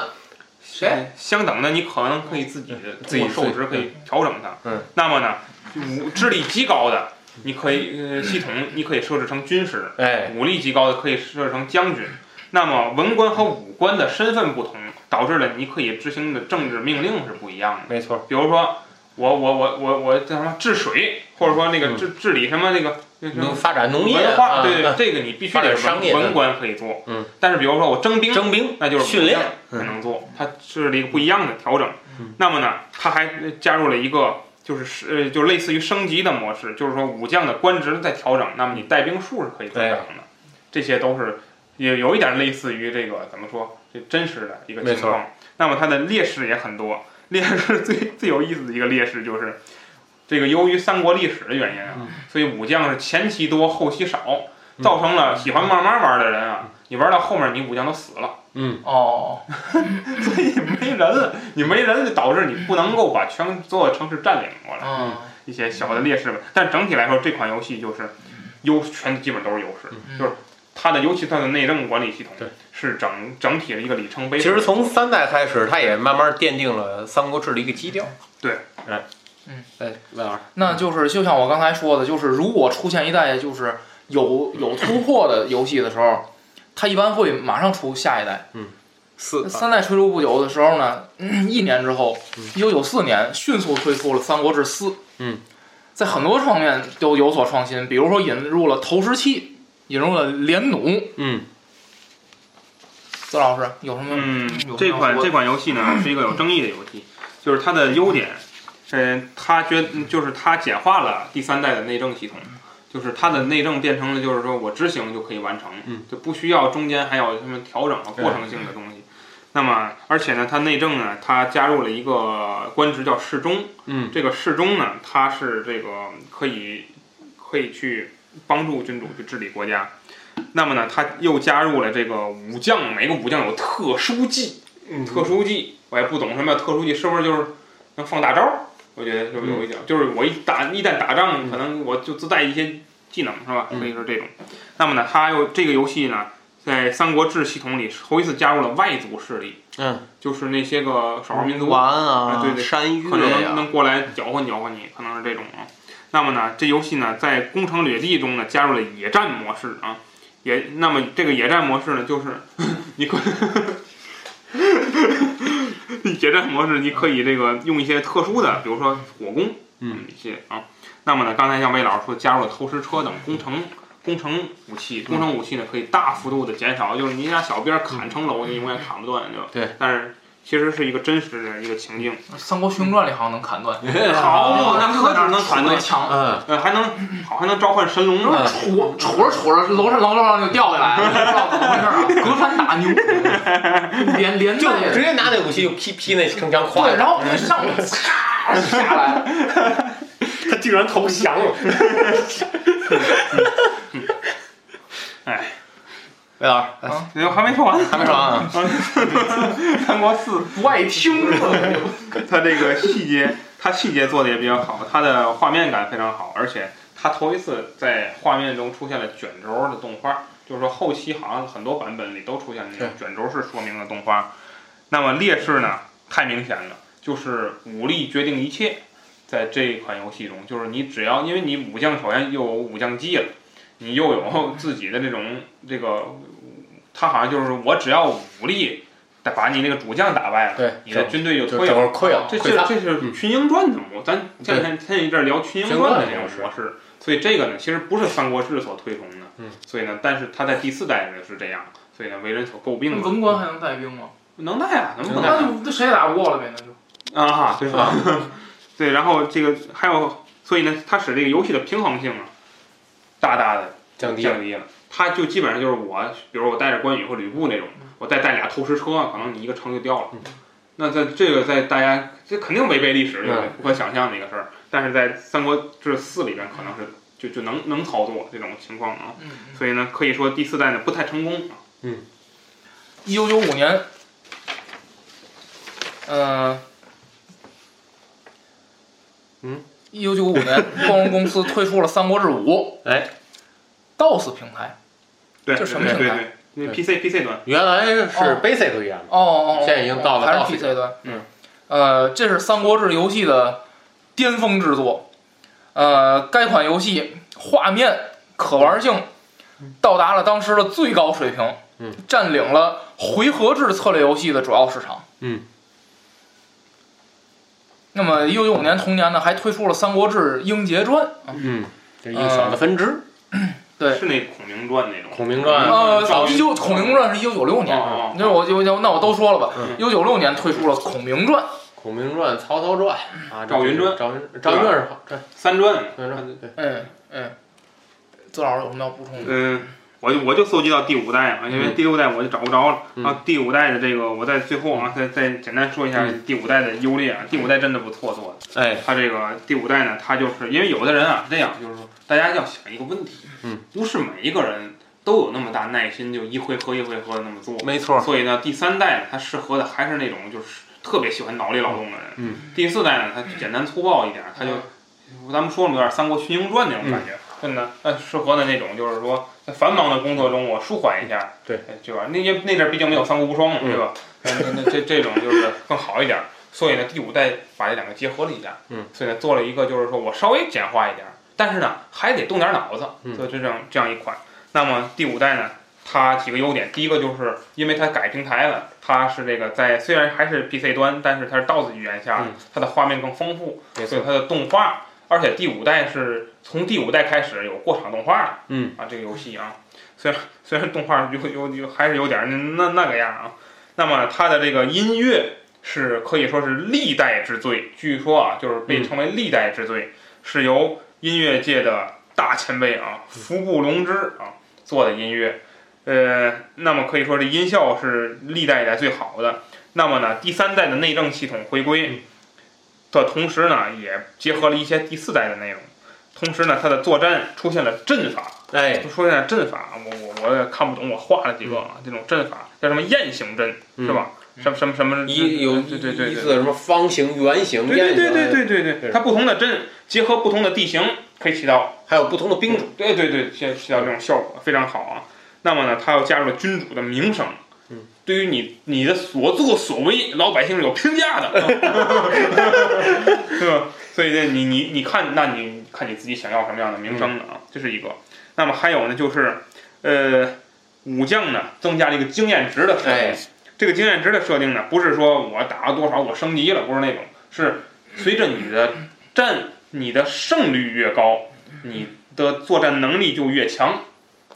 谁？
相等的，你可能可以自己
嗯自
通
己
过授职可以调整它。
嗯，
那么呢，武智力极高的，你可以呃系统你可以设置成军师，
哎，
武力极高的可以设置成将军。那么文官和武官的身份不同，导致了你可以执行的政治命令是不一样的。
没错，
比如说，我我我我我叫什么治水，或者说那个
嗯
治治理什么那个那什么
能发展农业
文化，
啊，
对对，
啊
这个你必须
发展
得
商业
文文官可以做。
嗯，
但是比如说我征兵，
征兵，
那就是
训练嗯
才能做，它是一个不一样的调整。那么呢，它还呃加入了一个就是是呃就类似于升级的模式，就是说武将的官职在调整，那么你带兵数是可以增长的，这些都是也有一点类似于这个怎么说这真实的一个
没
情
错
况。那么它的劣势也很多，劣势最最有意思的一个劣势就是。这个由于三国历史的原因啊，所以武将是前期多后期少，
嗯
造成了喜欢慢慢玩的人啊，你玩到后面你武将都死了，
嗯，
哦，
所以没人了，你没人就导致你不能够把全所有城市占领过来，
嗯，
一些小的劣势吧。但整体来说，这款游戏就是优全基本都是优势，就是它的尤其它的内政管理系统
嗯对
是整整体的一个里程碑。
其实从三代开始，它也慢慢奠定了三国志的一个基调。
对，
哎，
嗯，
哎，问二，
嗯
那就是就像我刚才说的，就是如果出现一代就是有有突破的游戏的时候，它一般会马上出下一代。
四啊
三代推出不久的时候呢，嗯一年之后，一九九四年迅速推出了《三国志四》。
嗯，
在很多方面都有所创新，比如说引入了投石器，引入了连弩。
嗯，
邹老师有什么？
嗯
有，
这款
我
这款游戏呢是一个有争议的游戏，就是它的优点，嗯、它觉就是它简化了第三代的内政系统，就是它的内政变成了就是说我执行就可以完成，
嗯
就不需要中间还有什么调整和过程性的东西。那么，而且呢，它内政呢，它加入了一个官职叫侍中，
嗯
这个侍中呢，它是这个可以可以去帮助君主去治理国家。那么呢，他又加入了这个武将，每个武将有特殊技，
嗯
特殊技我也不懂什么叫特殊技，是不是就是能放大招儿？我觉得有有一
嗯
点，就是我一打一旦打仗，可能我就自带一些技能，是吧？
嗯
可以说这种。那么呢，他又这个游戏呢，在《三国志》系统里头一次加入了外族势力，
嗯，
就是那些个少数民族
完啊，
啊对对
山
可能
岳
能
呀、
能过来搅和搅和你，可能是这种啊。那么呢，这游戏呢，在攻城掠地中呢，加入了野战模式啊。也那么这个野战模式呢，就是 你可野战模式，你可以这个用一些特殊的，比如说火攻，
嗯，
一些啊。那么呢，刚才像魏老师说，加入了投石车等工程工程武器，工程武器呢可以大幅度的减少，就是你拿小鞭砍城楼，你永远砍不断，对吧？
对。
但是其实是一个真实的一个情境。
《三国群英传》里好像能砍断，
好嘛，啊那何止能砍 断，
墙，
嗯，
呃，还能好，还能召唤神龙呢。
杵杵着杵着，楼上楼上就掉下来了，不知道怎么回事啊！隔山打牛，连连
就
带
直接拿那武器就劈劈那城墙垮
对，，然后上面嚓下来，
他 竟然投降了。
哎，
魏老师
嗯
我还没说完呢，
还没说完啊？
嗯三国四，
不爱听了。
它这个细节，它细节做的也比较好，它的画面感非常好，而且它头一次在画面中出现了卷轴的动画，就是说后期好像很多版本里都出现那种卷轴式说明的动画。那么劣势呢，太明显了，就是武力决定一切，在这款游戏中，就是你只要因为你武将首先又有武将技了，你又有 自己的这种这个，它好像就是我只要武力。再把你那个主将打败了，
对
你的军队就
就
退
整
了
个，溃了，
这
溃
这
散。
这是《群英传》的模，咱前两天前一阵儿聊《群英传》的这种模式，所以这个呢，其实不是三国志所推崇的，
嗯，
所以呢，但是它在第四代呢是这样，所以呢为人所诟病的，
文官还能带兵吗？
能耐啊，能不能耐
那
啊
就那谁也打不过了呗，那就。
啊哈，对吧？ 对，然后这个还有，所以呢，它使这个游戏的平衡性啊，大大的
降低
降低了。他就基本上就是我，比如我带着关羽或吕布那种，我再带俩投石车，可能你一个城就掉了。
嗯
那在这个在大家这肯定违背历史，对不对
嗯？
不可想象的一个事儿。但是在《三国志四》里边，可能是就就能能操作这种情况啊。
嗯，
所以呢，可以说第四代呢不太成功啊。
一九九五年，嗯、
嗯，
一九九五年，光荣公司推出了《三国志五
哎，》
DOS 平台。
对，
这什么
对
平
对
台
对，那 PC PC 端，
原来是
哦
basic 语言，
哦哦，哦
现在已经到了
还
DOS
是 PC 端。
嗯，
呃，这是《三国志》游戏的巅峰之作。呃，该款游戏画面可玩性到达了当时的最高水平，
嗯，
占领了回合制策略游戏的主要市场。
嗯。
那么，一九九五年同年呢，还推出了《三国志英杰传》啊，
嗯，这一个小的分支，
对
是那孔明传那种。
孔明传
呃，
赵
嗯
云
一九《孔明传》是一嗯九九六年，
哦
那我就那我都说了吧
嗯，
一九九六年推出了《孔明传》，
孔明传、曹操传啊，
赵云传
赵云赵云传是好，对，
三传，
赵云传对，
嗯，嗯，邹老师有什么要补充的？
嗯，我就我就搜集到第五代啊，因为
嗯
第六代我就找不着了。
嗯
然后第五代的这个，我在最后啊，再再简单说一下
嗯
第五代的优劣啊。第五代真的不错做的，
哎，
它这个第五代呢，它就是因为有的人啊，这样就是说，大家要想一个问题，
嗯，
不是每一个人都有那么大耐心，就一回合一回合的那么做。
没错，
所以呢，第三代呢，它适合的还是那种就是特别喜欢脑力劳动的人。
嗯，
第四代呢，它简单粗暴一点，它就咱们说了有点《三国群英传》那种感
嗯
觉，真的，那适合的那种，就是说在繁忙的工作中我舒缓一下，
对
哎，对吧？那些那阵儿毕竟没有《三国无双》嘛，
嗯
对吧？那那那这这种就是更好一点儿。所以呢，第五代把这两个结合了一下，
嗯，
所以呢，做了一个就是说我稍微简化一点儿，但是呢，还得动点儿脑子，
嗯
所以这样这样一款。那么第五代呢，它几个优点，第一个就是因为它改平台了，它是这个在虽然还是 PC 端，但是它是 DOS 语言下，
嗯
它的画面更丰富，
没
所以
错，
它的动画，而且第五代是从第五代开始有过场动画了，
嗯
啊，这个游戏啊，虽然虽然动画有有有还是有点儿那那那个样啊，那么它的这个音乐是可以说是历代之最，据说啊，就是被
嗯
称为历代之最，是由音乐界的大前辈啊服部隆之啊做的音乐，呃，那么可以说这音效是历代以来最好的。那么呢，第三代的内
嗯
政系统回归的同时呢，也结合了一些第四代的内容。同时呢，他的作战出现了阵法，
哎，
说一下阵法，我我我也看不懂，我画了几个啊，这种阵法叫什么雁行阵是吧？什么什么什么
一有
对对对
一
对
字什么方形、圆形、
对对
燕
对对
形，
对对对，它不同的阵结合不同的地形，可以起到
还有不同的兵种。
对对对，起起到这种效果非常好啊。那么呢，他又加入了君主的名声，
嗯，
对于你你的所作所为，老百姓是有评价的，对吧？所以呢，你你你看，那你看你自己想要什么样的名声了啊，这是一个。那么还有呢，就是呃，武将呢增加了一个经验值的设定，
哎
这个经验值的设定呢，不是说我打了多少我升级了，不是那种，是随着你的战你的胜率越高，你的作战能力就越强。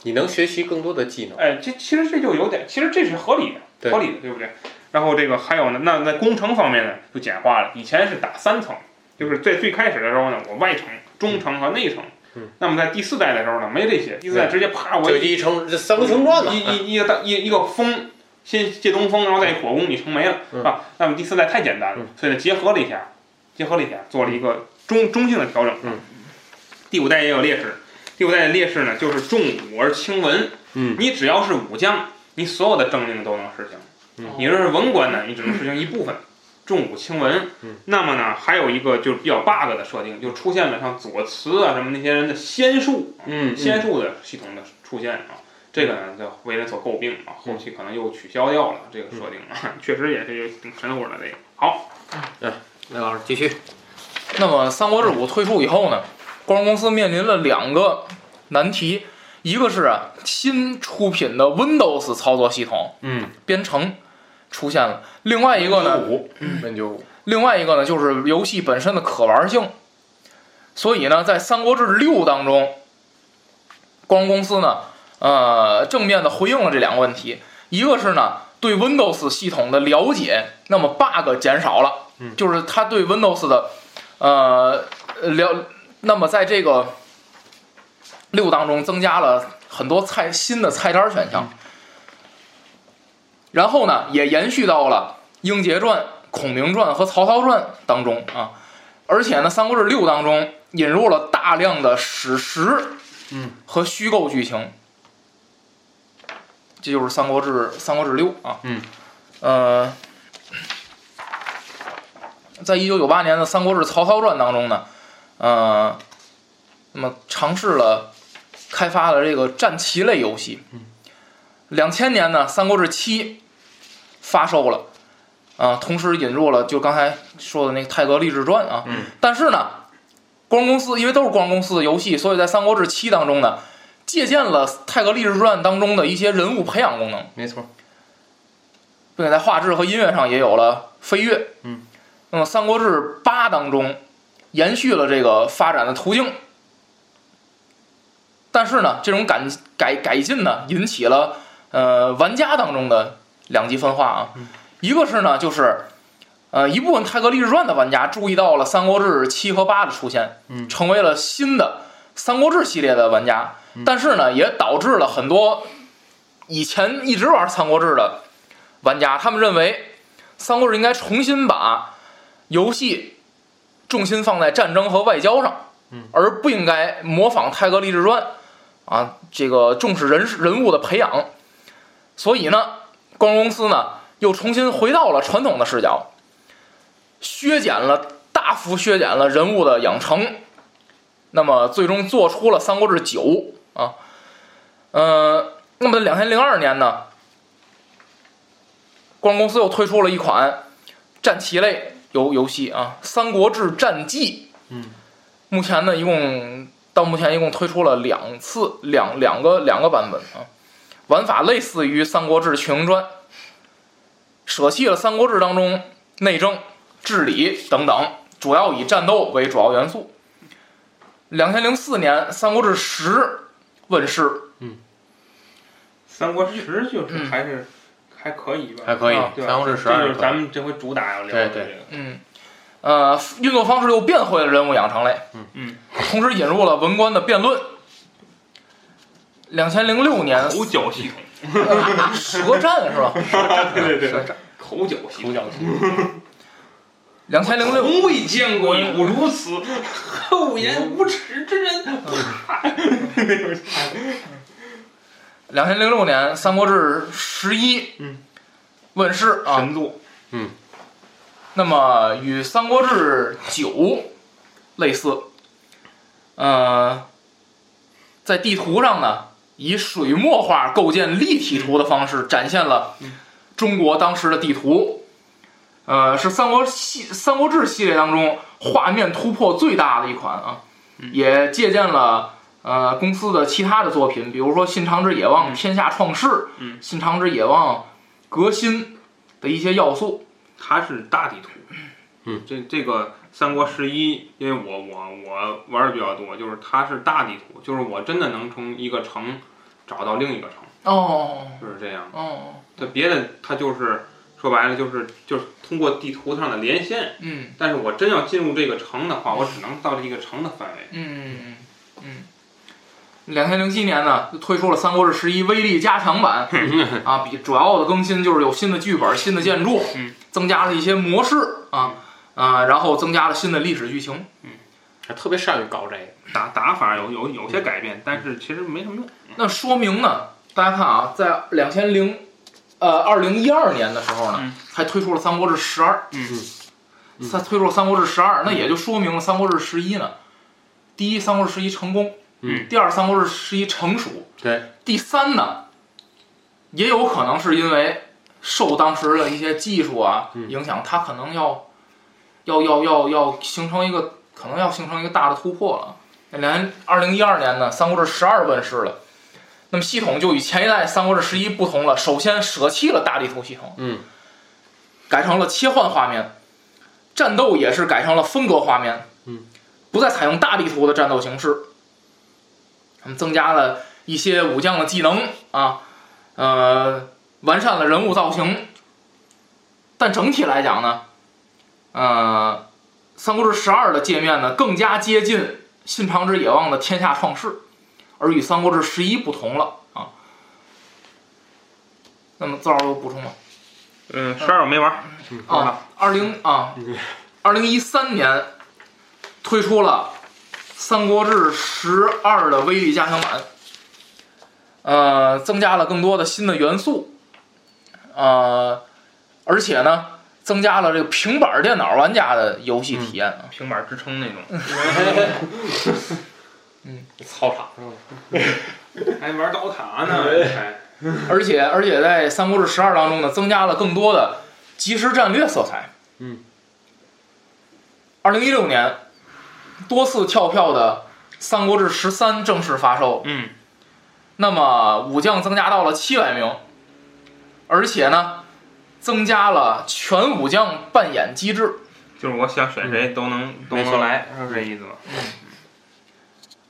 你能学习更多的技能。
哎，这其实这就有点，其实这是合理的，
对
合理的，对不对？然后这个还有呢，那在工程方面呢，就简化了。以前是打三层，就是在最开始的时候呢，我外城、中城和内城。
嗯
那么在第四代的时候呢，没这些，第四代直接啪我
就一城这三个城传嘛，
一一一个大一一个风，先借东风，然后再一火攻，你城没了、
嗯
啊。那么第四代太简单了，
嗯
所以呢结合了一下，结合了一下，做了一个中中性的调整。
嗯
第五代也有劣势，第五代的劣势呢就是重武而轻文。
嗯
你只要是武将，你所有的政令都能实行。
嗯
你要是文官呢，你只能实行一部分。重武轻文，
嗯
那么呢，还有一个就是比较 bug 的设定，就出现了像左慈啊什么那些人的仙术，
嗯
仙术的系统的出现啊，这个呢就为人所诟病啊，后
嗯
期可能又取消掉了这个设定啊， 确实也是有挺神乎的这个。好，
那老师继续，
那么《三国志五》推出以后呢，光荣公司面临了两个难题，一个是啊新出品的 Windows 操作系统
嗯，
编程出现了，另外一个呢，嗯
五，那就五，
另外一个呢，就是游戏本身的可玩性。所以呢，在《三国志六》当中，光荣公司呢，呃，正面的回应了这两个问题，一个是呢，对 Windows 系统的了解，那么 bug 减少了，
嗯
就是他对 Windows 的呃了，那么在这个六当中增加了很多菜新的菜单选
嗯
项，然后呢，也延续到了《英杰传》《孔明传》和《曹操传》当中啊，而且呢，《三国志六》当中引入了大量的史实，
嗯，
和虚构剧情，这就是三国志《三国志六》啊，
嗯，
呃，在一九九八年的《三国志曹操传》当中呢，呃，那么尝试了开发了这个战棋类游戏，嗯，两千年呢，《三国志七》发售了。啊，同时引入了就刚才说的那个《泰格励志传》啊，
嗯
但是呢，光荣公司因为都是光荣公司的游戏，所以在《三国志七》当中呢，借鉴了《泰格励志传》当中的一些人物培养功能，
没错，
并且在画质和音乐上也有了飞跃。
嗯，
那么《三国志八》当中延续了这个发展的途径，但是呢，这种改改改进呢，引起了呃玩家当中的两极分化啊。
嗯
一个是呢，就是呃一部分《泰格励志传》的玩家注意到了《三国志七》和八的出现，
嗯
成为了新的《三国志》系列的玩家，
嗯
但是呢，也导致了很多以前一直玩《三国志》的玩家，他们认为《三国志》应该重新把游戏重心放在战争和外交上，
嗯
而不应该模仿《泰格励志传》啊，这个重视人人物的培养。所以呢，光荣公司呢又重新回到了传统的视角，削减了大幅削减了人物的养成，那么最终做出了《三国志九》啊，呃，那么两千零二年呢，光荣公司又推出了一款战棋类游游戏啊，《三国志战记》。
嗯，
目前呢，一共到目前一共推出了两次两两个两个版本啊，玩法类似于《三国志群英传》，舍弃了《三国志》当中内政、治理等等，主要以战斗为主要元素。两千零四年，《三国志十》问世，
三国十就是还是还可以吧，
嗯还可以
啊，
对吧
三国志十
这
二
就是咱们这回主打要聊的这
对
个。
嗯，呃，运作方式又变回了人物养成类，
嗯
嗯，
同时引入了文官的辩论。两千零 六年，呃
口角系统，啊
舌战是吧？
对对对，口角系统，
主角
两千零六，
从未见过有如此
嗯
厚颜无耻之 人。
两千零六年《三国志十一》
嗯
问世啊。
神作，
那么与《三国志九》类似，呃，在地图上呢，以水墨画构建立体图的方式展现了中国当时的地图。呃，是三国系《三国志》系列当中画面突破最大的一款啊，也借鉴了呃公司的其他的作品，比如说《信长之野望》
嗯
天下创世》
嗯
信长之野望》革新的一些要素。
它是大地图。
嗯，
这这个三国十一，因为我我我玩的比较多，就是它是大地图，就是我真的能从一个城找到另一个城，
哦
就是这样。
哦，
它别的它就是说白了就是就是通过地图上的连线，
嗯
但是我真要进入这个城的话，我只能到这一个城的范围。
嗯嗯。两千零七年呢，就推出了《三国志十一》威力加强版啊，比主要的更新就是有新的剧本、新的建筑
嗯，
增加了一些模式啊啊，然后增加了新的历史剧情。
还特别善于搞这个。
打打法有有有些改变，但是其实没什么用。
那说明呢，大家看啊，在两千零呃二零一二年的时候呢，
嗯
还推出了《三国志十二》，
嗯
嗯
它推出了《三国志十二》，那也就说明了《三国志十一》呢，第一，《三国志十一》成功；
嗯，
第二，《三国志十一》成熟；
对，
第三呢，也有可能是因为受当时的一些技术啊
嗯
影响，它可能要要要要要形成一个可能要形成一个大的突破了。那连二零一二年呢，《三国志十二》问世了，那么系统就与前一代《三国志十一》不同了，首先舍弃了大地图系统，
嗯，
改成了切换画面，战斗也是改成了分割画面，
嗯，
不再采用大地图的战斗形式，他们增加了一些武将的技能啊，呃，完善了人物造型，但整体来讲呢，呃，《三国志十二》的界面呢更加接近《信长之野望》的天下创世，而与《三国志十一》不同了啊。那么，赵老师有补充吗？
嗯，十二我没玩。
啊，二零啊，二零一三年推出了《三国志十二》的威力加强版，呃，增加了更多的新的元素，呃，而且呢，增加了这个平板电脑玩家的游戏体验啊。
平板支撑那种，
操场上
还玩刀塔 呢，还
而且而且在《三国志十二》当中呢，增加了更多的即时战略色彩。
嗯，
二零一六年多次跳票的《三国志十三》正式发售，
嗯，
那么武将增加到了七百名，而且呢，增加了全武将扮演机制。
就是我想选谁都能都
没错
能来，是这意思吗？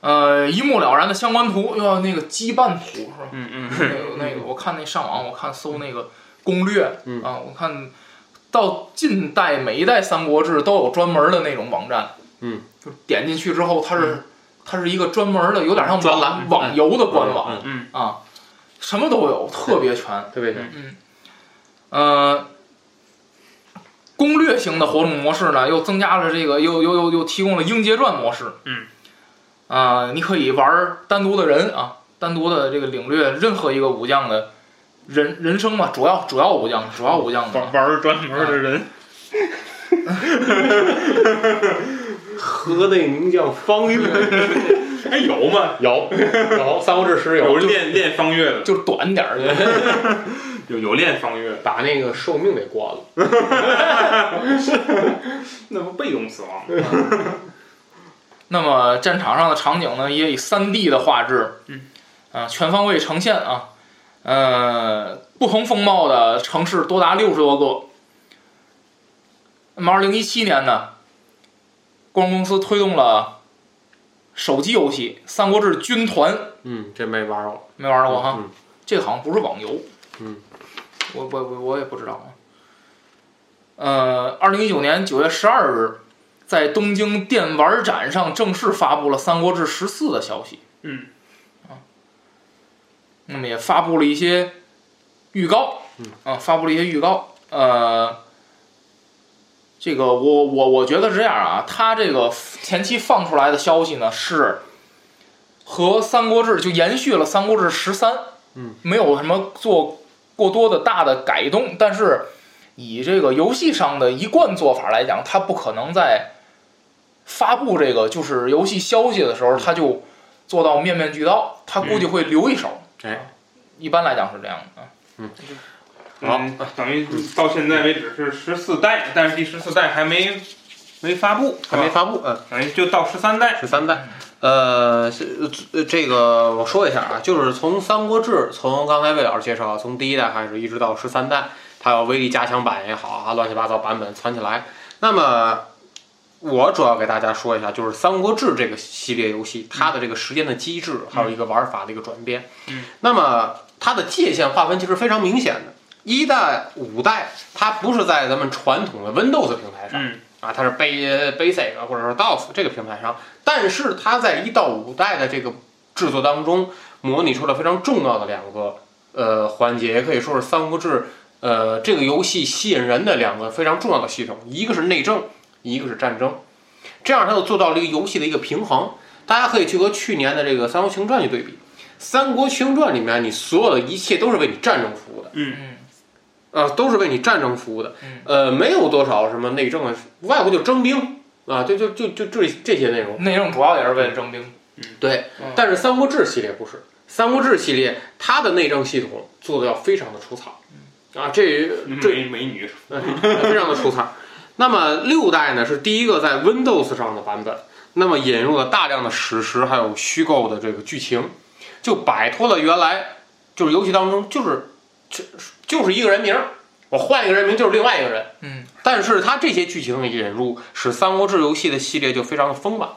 呃，一目了然的相关图，哟，那个羁绊图是吧？
嗯
那
嗯，
个那个，我看那上网，我看搜那个攻略，
嗯
啊，我看到近代每一代《三国志》都有专门的那种网站，
嗯，
就点进去之后，它是、它是一个专门的，有点像网
专栏
网游的官网、
嗯
嗯
啊，什么都有，特别全。
特别像
嗯呃，攻略型的活动模式呢，又增加了这个，又又又又提供了英杰传模式。
嗯。
啊、你可以玩单独的人啊，单独的这个领略任何一个武将的人人生嘛，主要主要武将，主要武将的
玩玩专门的人，
河内名将方悦，
哎，有吗？
嗯有有《三国志》十
有
有，就
练练方月的，
就是短点儿的。
有有练方月的，
把那个寿命给关了。
那不被动死亡？
那么战场上的场景呢，也以3 D 的画质，
嗯，
啊、全方位呈现啊，呃，不同风貌的城市多达六十多个。那么，二零一七年呢，光荣公司推动了手机游戏《三国志军团》，
嗯，这没玩过。
没玩过哈，
嗯
这个好像不是网游，
嗯，
我我我我也不知道啊。呃，二零一九年九月十二日，在东京电玩展上正式发布了《三国志十四》的消息。啊
嗯，
那么也发布了一些预告，
嗯
啊，发布了一些预告，呃，这个我我我觉得是这样啊，他这个前期放出来的消息呢是和《三国志》就延续了《三国志十三》，
嗯，
没有什么做过多的大的改动，但是以这个游戏上的一贯做法来讲，它不可能在发布这个就是游戏消息的时候，他就做到面面俱到，他估计会留一手。啊
哎
一般来讲是这样的啊。
好
嗯，等于到现在为止是十四代，但是第十四代还没没发布，
还没
是吧，
发布，嗯，
等于就到十三代。
十三代。呃，是呃这个我说一下啊，就是从《三国志》，从刚才魏老师介绍，从第一代开始一直到十三代，还有威力加强版也好啊，乱七八糟版本攒起来。那么我主要给大家说一下，就是《三国志》这个系列游戏，它的这个时间的机制，还有一个玩法的一个转变。
嗯，
那么它的界限划分其实非常明显的。一代、五代，它不是在咱们传统的 Windows 平台上，
嗯
啊，它是 Bay- Basic 啊或者是 DOS 这个平台上，但是它在一到五代的这个制作当中，模拟出了非常重要的两个呃环节，也可以说是《三国志》呃这个游戏吸引人的两个非常重要的系统，一个是内政，一个是战争，这样它就做到了一个游戏的一个平衡。大家可以去和去年的这个《三国群传》去对比，《三国群传》里面你所有的一切都是为你战争服务的。
嗯，
嗯
啊，都是为你战争服务的
嗯。
呃，没有多少什么内政啊，无外乎就征兵啊，就就就就这这些内容。
内政主要也是为了征兵。
对
嗯，
但是《三国志》系列不是，《三国志》系列它的内政系统做的要非常的出彩
嗯
啊，这这
嗯美美女，
非常的出彩。那么六代呢是第一个在 Windows 上的版本，那么引入了大量的史实还有虚构的这个剧情，就摆脱了原来就是游戏当中就是就就是一个人名儿，我换一个人名就是另外一个人。
嗯，
但是它这些剧情的引入，使《三国志》游戏的系列就非常的丰满。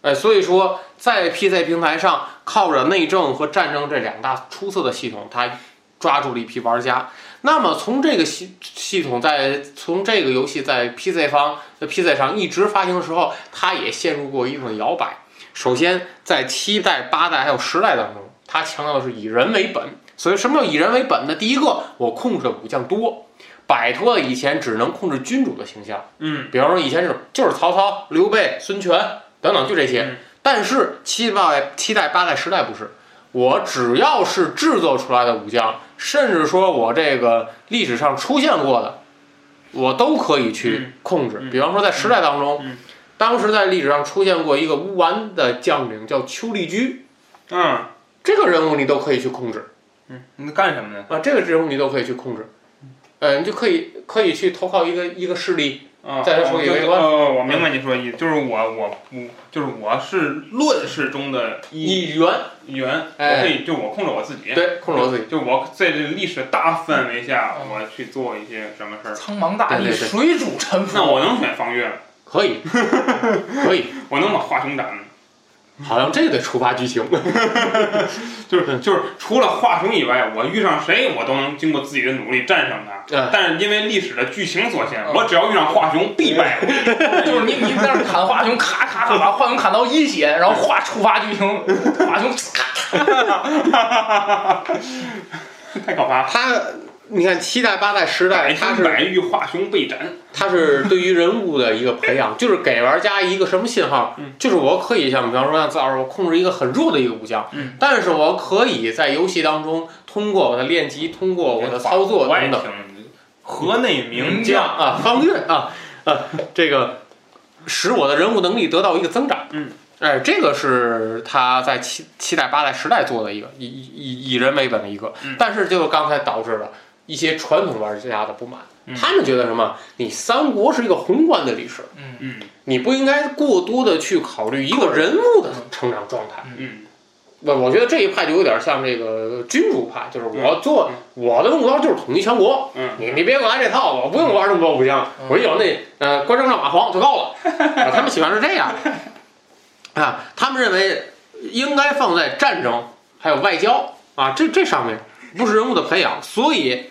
哎，所以说在 PC 平台上，靠着内政和战争这两大出色的系统，它抓住了一批玩家。那么从这个系系统在从这个游戏在 PC 方在 PC 上一直发行的时候，它也陷入过一定的摇摆。首先，在七代、八代还有十代当中，它强调的是以人为本。所以，什么叫以人为本呢？第一个，我控制的武将多，摆脱了以前只能控制君主的形象。
嗯，
比方说以前是就是曹操、刘备、孙权等等，就这些。
嗯
但是七代、七代、八代、十代不是，我只要是制作出来的武将，甚至说我这个历史上出现过的，我都可以去
嗯
控制。
嗯
比方说在十代当中，
嗯嗯
当时在历史上出现过一个乌丸的将领叫丘陵居，
嗯
这个人物你都可以去控制。
嗯，你干什么呢？
啊，这个人物你都可以去控制，嗯，你就可以可以去投靠一个一个势力，
啊，
再说
我
一
就
个微观
哦，我明白你说的意思，就是我我我就是我是论事中的一
一员，
员，
哎
我可以就我控制我自己，
对，控制我自己。
就我在这历史大范围下，
嗯
我去做一些什么事儿。
苍茫大地，
对对对
水主沉 浮。
那我能选方月吗，
可 以，可以，
我能把华雄斩吗？
好像这得触发剧 情。
就是就是除了华雄以外，我遇上谁我都能经过自己的努力战胜他。
嗯
但是因为历史的剧情所限，
嗯
我只要遇上华雄必败。
就是你你在那儿砍华雄，咔咔咔把华雄砍到一血，然后哗触发剧情，华雄咔。
太可怕了！
他，你看七代、八代、十代，
百
他
分
是
百遇华雄被斩。
他是对于人物的一个培养，就是给玩家一个什么信号
嗯，
就是我可以像比方说像自老师，我控制一个很弱的一个武将
嗯，
但是我可以在游戏当中通过我的练级，通过我的操作
我爱
等
听
等，
河内名
这样
将，
啊，方略啊，呃，这个使我的人物能力得到一个增长。
嗯。
哎，这个是他在七七代、八代、十代做的一个以以以以人为本的一个，
嗯
但是就刚才导致了一些传统玩家的不满，
嗯
他们觉得什么？你三国是一个宏观的历史，
嗯，
嗯
你不应该过多的去考虑一个人物的成长状态。
嗯
我我觉得这一派就有点像这个君主派，就是我做
嗯
我的目标就是统一全国，
嗯，
你你别给我来这套，我不用玩那么多武将，我有那呃关张赵马黄就够了、啊他们喜欢是这样的啊，他们认为应该放在战争还有外交啊这这上面，不是人物的培养，所以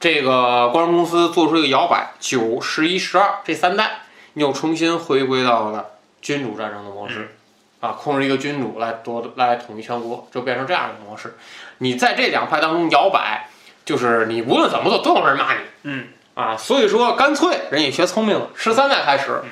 这个光荣公司做出一个摇摆，九、十一、十二这三代又重新回归到了君主战争的模式。啊，控制一个君主来夺来统一全国，就变成这样的模式。你在这两派当中摇摆，就是你无论怎么做，都有人骂你。
嗯，
啊，所以说干脆人也学聪明了，十三代开始
嗯，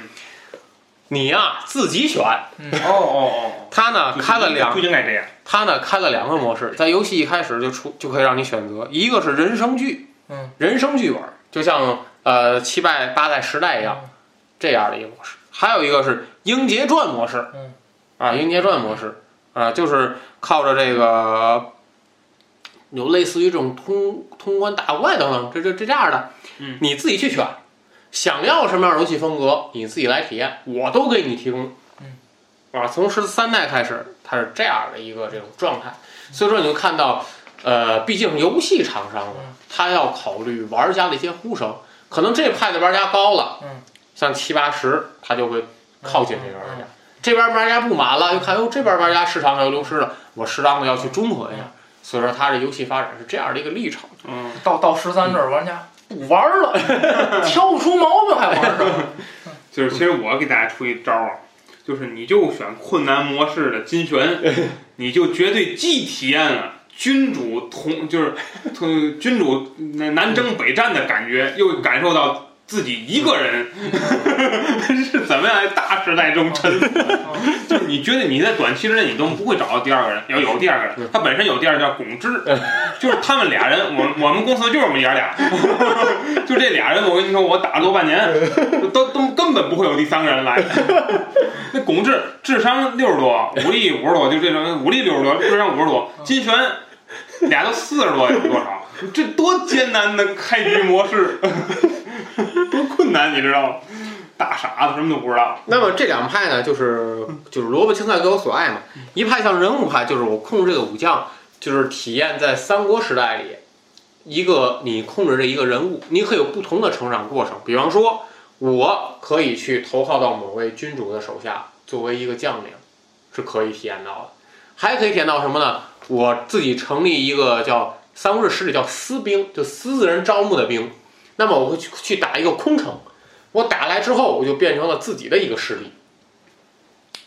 你呀、自己选。
哦哦
他呢
哦，
开了两
就应该这样。
它呢开了两个模式，在游戏一开始就出就可以让你选择，一个是人生剧，
嗯，
人生剧本儿，就像呃七代、八代、十
哎
代一样，这样的一个模式；还有一个是英杰传模式，
嗯，
啊，英杰传模式啊，就是靠着这个有类似于这种通通关打怪等等，这这这这样的，
嗯，
你自己去选，想要什么样的游戏风格，你自己来体验，我都给你提供。啊，从十三代开始，它是这样的一个这种状态。所以说，你就看到，呃，毕竟游戏厂商嘛，他要考虑玩家的一些呼声，可能这派的玩家高了，
嗯，
像七八十，他就会靠近这边玩家。这边玩家不满了，又看哟，这边玩家市场上又流失了，我适当的要去中和一下。所以说，它这游戏发展是这样的一个历程。
嗯，
到到十三这儿，玩家不玩儿了， 挑不出毛病还玩儿什么？
就是其实我给大家出一招啊，就是你就选困难模式的金旋，你就绝对既体验了。君主同就是同君主南南征北战的感觉，又感受到自己一个人 是怎么样在大时代中沉浮的。 就是你觉得你在短期之内你都不会找到第二个人，要有第二个人，他本身有第二个叫巩之，就是他们俩人，我我们公司就是我们爷儿俩， 就这俩人，我跟你说，我打了多半年，都都根本不会有第三个人来。那巩志智商六十多，武力五十多，就这种武力六十多，智商五十多，金旋俩都四十多，有多少？这多艰难的开局模式，多困难，你知道吗？大傻子什么都不知道，
那么这两派呢，就是就是萝卜青菜各有所爱嘛。一派像人物派，就是我控制这个武将，就是体验在三国时代里，一个你控制这一个人物，你可以有不同的成长过程。比方说，我可以去投靠到某位君主的手下，作为一个将领，是可以体验到的。还可以体验到什么呢？我自己成立一个叫三国志史里叫私兵，就私人招募的兵。那么我会去去打一个空城。我打来之后，我就变成了自己的一个势力，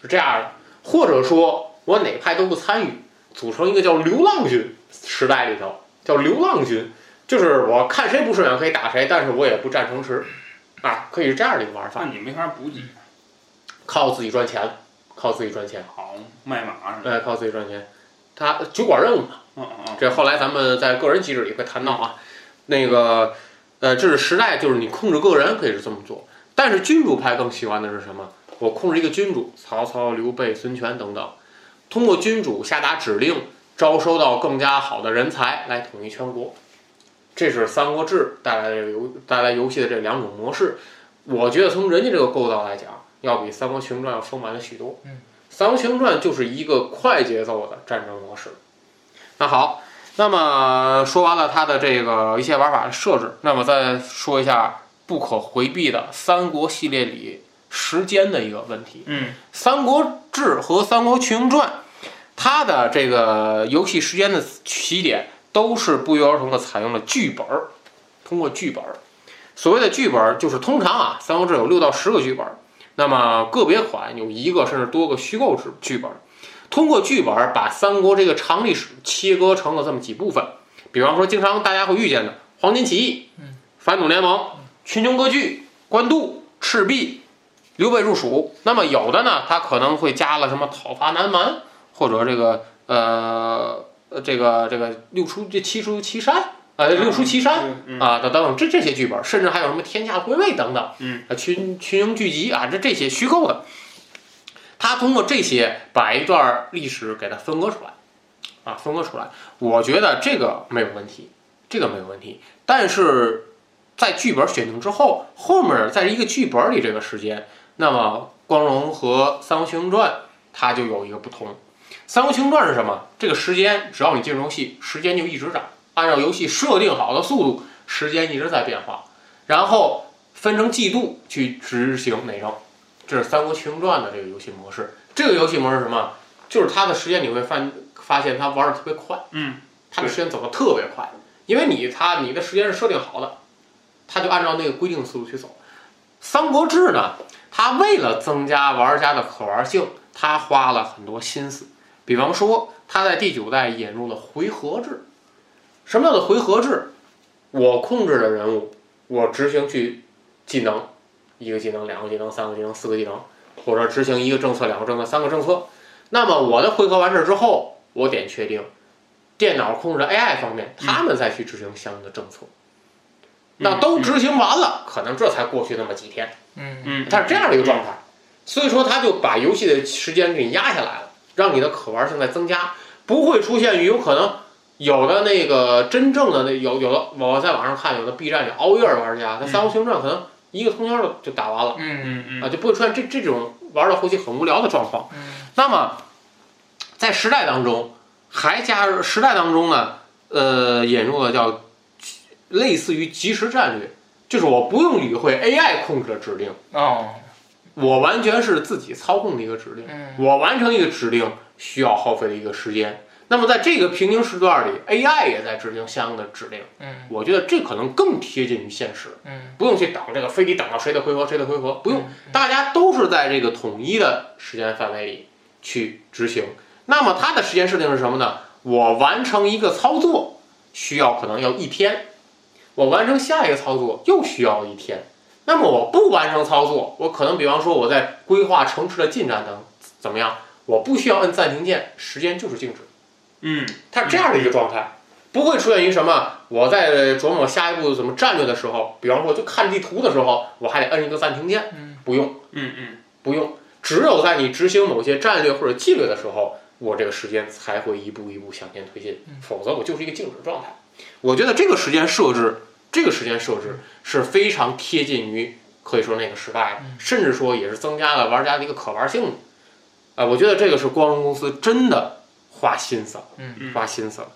是这样的。或者说我哪派都不参与，组成一个叫流浪军，时代里头叫流浪军，就是我看谁不顺眼可以打谁，但是我也不占城池，啊，可以是这样的一个玩法
那，你没法补给，
靠自己赚钱，靠自己赚钱，
好卖马什么的。
哎，靠自己赚钱。他酒馆任务嘛，
嗯嗯
啊这后来咱们在个人机制里会谈到啊，那个呃，这是时代，就是你控制个人可以是这么做，但是君主派更喜欢的是什么？我控制一个君主，曹操、刘备、孙权等等，通过君主下达指令，招收到更加好的人才来统一全国。这是《三国志》带来的游带来游戏的这两种模式，我觉得从人家这个构造来讲，要比《三国群传》要丰满了许多。
嗯，
《三国群传》就是一个快节奏的战争模式。那好，那么说完了它的这个一些玩法设置，那么再说一下不可回避的三国系列里时间的一个问题。
嗯，
《三国志》和《三国群英传》，它的这个游戏时间的起点都是不约而同的采用了剧本儿，通过剧本儿。所谓的剧本儿，就是通常啊，《三国志》有六到十个剧本儿，那么个别款有一个甚至多个虚构剧剧本儿。通过剧本儿把三国这个长历史切割成了这么几部分，比方说经常大家会遇见的黄巾起义、反董联盟、群雄割据、官渡、赤壁、刘备入蜀。那么有的呢，它可能会加了什么讨伐南蛮，或者这个呃呃这个这个六出这七出祁山呃六出祁山。
嗯嗯
啊等等等这这些剧本，甚至还有什么天下归位等等，
嗯，
啊群群英剧集啊，这这些虚构的，他通过这些把一段历史给它分割出来，啊，分割出来，我觉得这个没有问题，这个没有问题，但是在剧本选定之后，后面在一个剧本里这个时间，那么光荣和《三国群英传》它就有一个不同，《三国群英传》是什么？这个时间，只要你进入游戏，时间就一直涨，按照游戏设定好的速度。时间一直在变化，然后分成季度去执行内政。这是《三国群英传》的这个游戏模式。这个游戏模式是什么？就是它的时间你会发发现它玩的特别快，
嗯，
它的时间走的特别快，因为你它你的时间是设定好的，它就按照那个规定速度去走。《三国志》呢，它为了增加玩家的可玩性，它花了很多心思。比方说，它在第九代引入了回合制。什么叫做回合制？我控制的人物，我执行去技能，一个技能、两个技能、三个技能、四个技能，或者执行一个政策、两个政策、三个政策。那么我的回合完事之后，我点确定，电脑控制的 AI 方面，他们再去执行相应的政策。
嗯
那都执行完了，可能这才过去那么几天，
嗯
嗯，
它是这样的一个状态。所以说，他就把游戏的时间给你压下来了，让你的可玩性在增加，不会出现于有可能有的那个真正的那有有的我在网上看有的 B 站有熬夜玩家，他《三国群传》可能一个通宵就就打完了
嗯
嗯嗯
啊，就不会出现这这种玩到后期很无聊的状况。
嗯
那么在时代当中，还加入时代当中呢，呃，引入了叫类似于即时战略，就是我不用理会 AI 控制的指令，
哦
我完全是自己操控的一个指令。
嗯
我完成一个指令需要耗费的一个时间。那么在这个平行时段里，AI 也在执行相应的指令。
嗯
我觉得这可能更贴近于现实，
嗯
不用去等这个，非得等到谁的回合谁的回合，不用，大家都是在这个统一的时间范围里去执行。那么它的时间设定是什么呢？我完成一个操作需要可能要一天，我完成下一个操作又需要一天。那么我不完成操作，我可能比方说我在规划城池的进展等怎么样，我不需要摁暂停键，时间就是静止。
嗯
它是这样的一个状态，不会出现于什么我在呃琢磨下一步怎么战略的时候，比方说我就看地图的时候，我还得摁一个暂停键，
嗯
不用
嗯嗯
不用，只有在你执行某些战略或者纪律的时候，我这个时间才会一步一步向前推进，否则我就是一个静止状态。我觉得这个时间设置，这个时间设置是非常贴近于可以说那个时代，甚至说也是增加了玩家的一个可玩性的。啊、我觉得这个是光荣公司真的花心思了。
嗯
花心思了。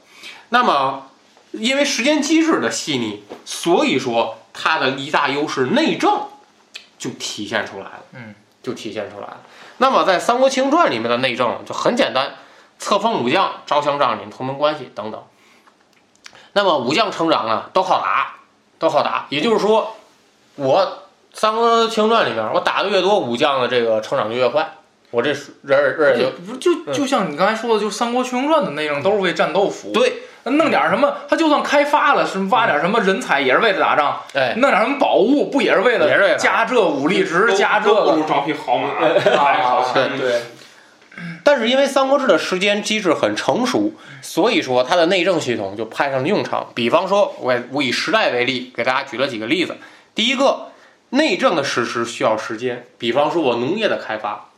那么，因为时间机制的细腻，所以说它的一大优势内政就体现出来了。
嗯，
就体现出来了。那么在《三国清传》里面的内政就很简单，册封武将、招降将领、同盟关系等等。那么武将成长呢，都好打，都好打。也就是说，我《三国清传》里面我打的越多，武将的这个成长就越快，我这人儿人儿也就
不就就像你刚才说的，就是《三国群英传》的内容都是为战斗服务。
对，
那弄点什么，他就算开发了，是挖点什么人才也是为了打仗，
哎，
弄点什么宝物不也是为
也是为了
了
打
加这武力值，
都
加这
都不
个
如招匹好马，哎好强
对对，
但是因为《三国志》的时间机制很成熟，所以说它的内政系统就派上了用场。比方说，我也我以时代为例，给大家举了几个例子。第一个，内政的实施需要时间，比方说我农业的开发，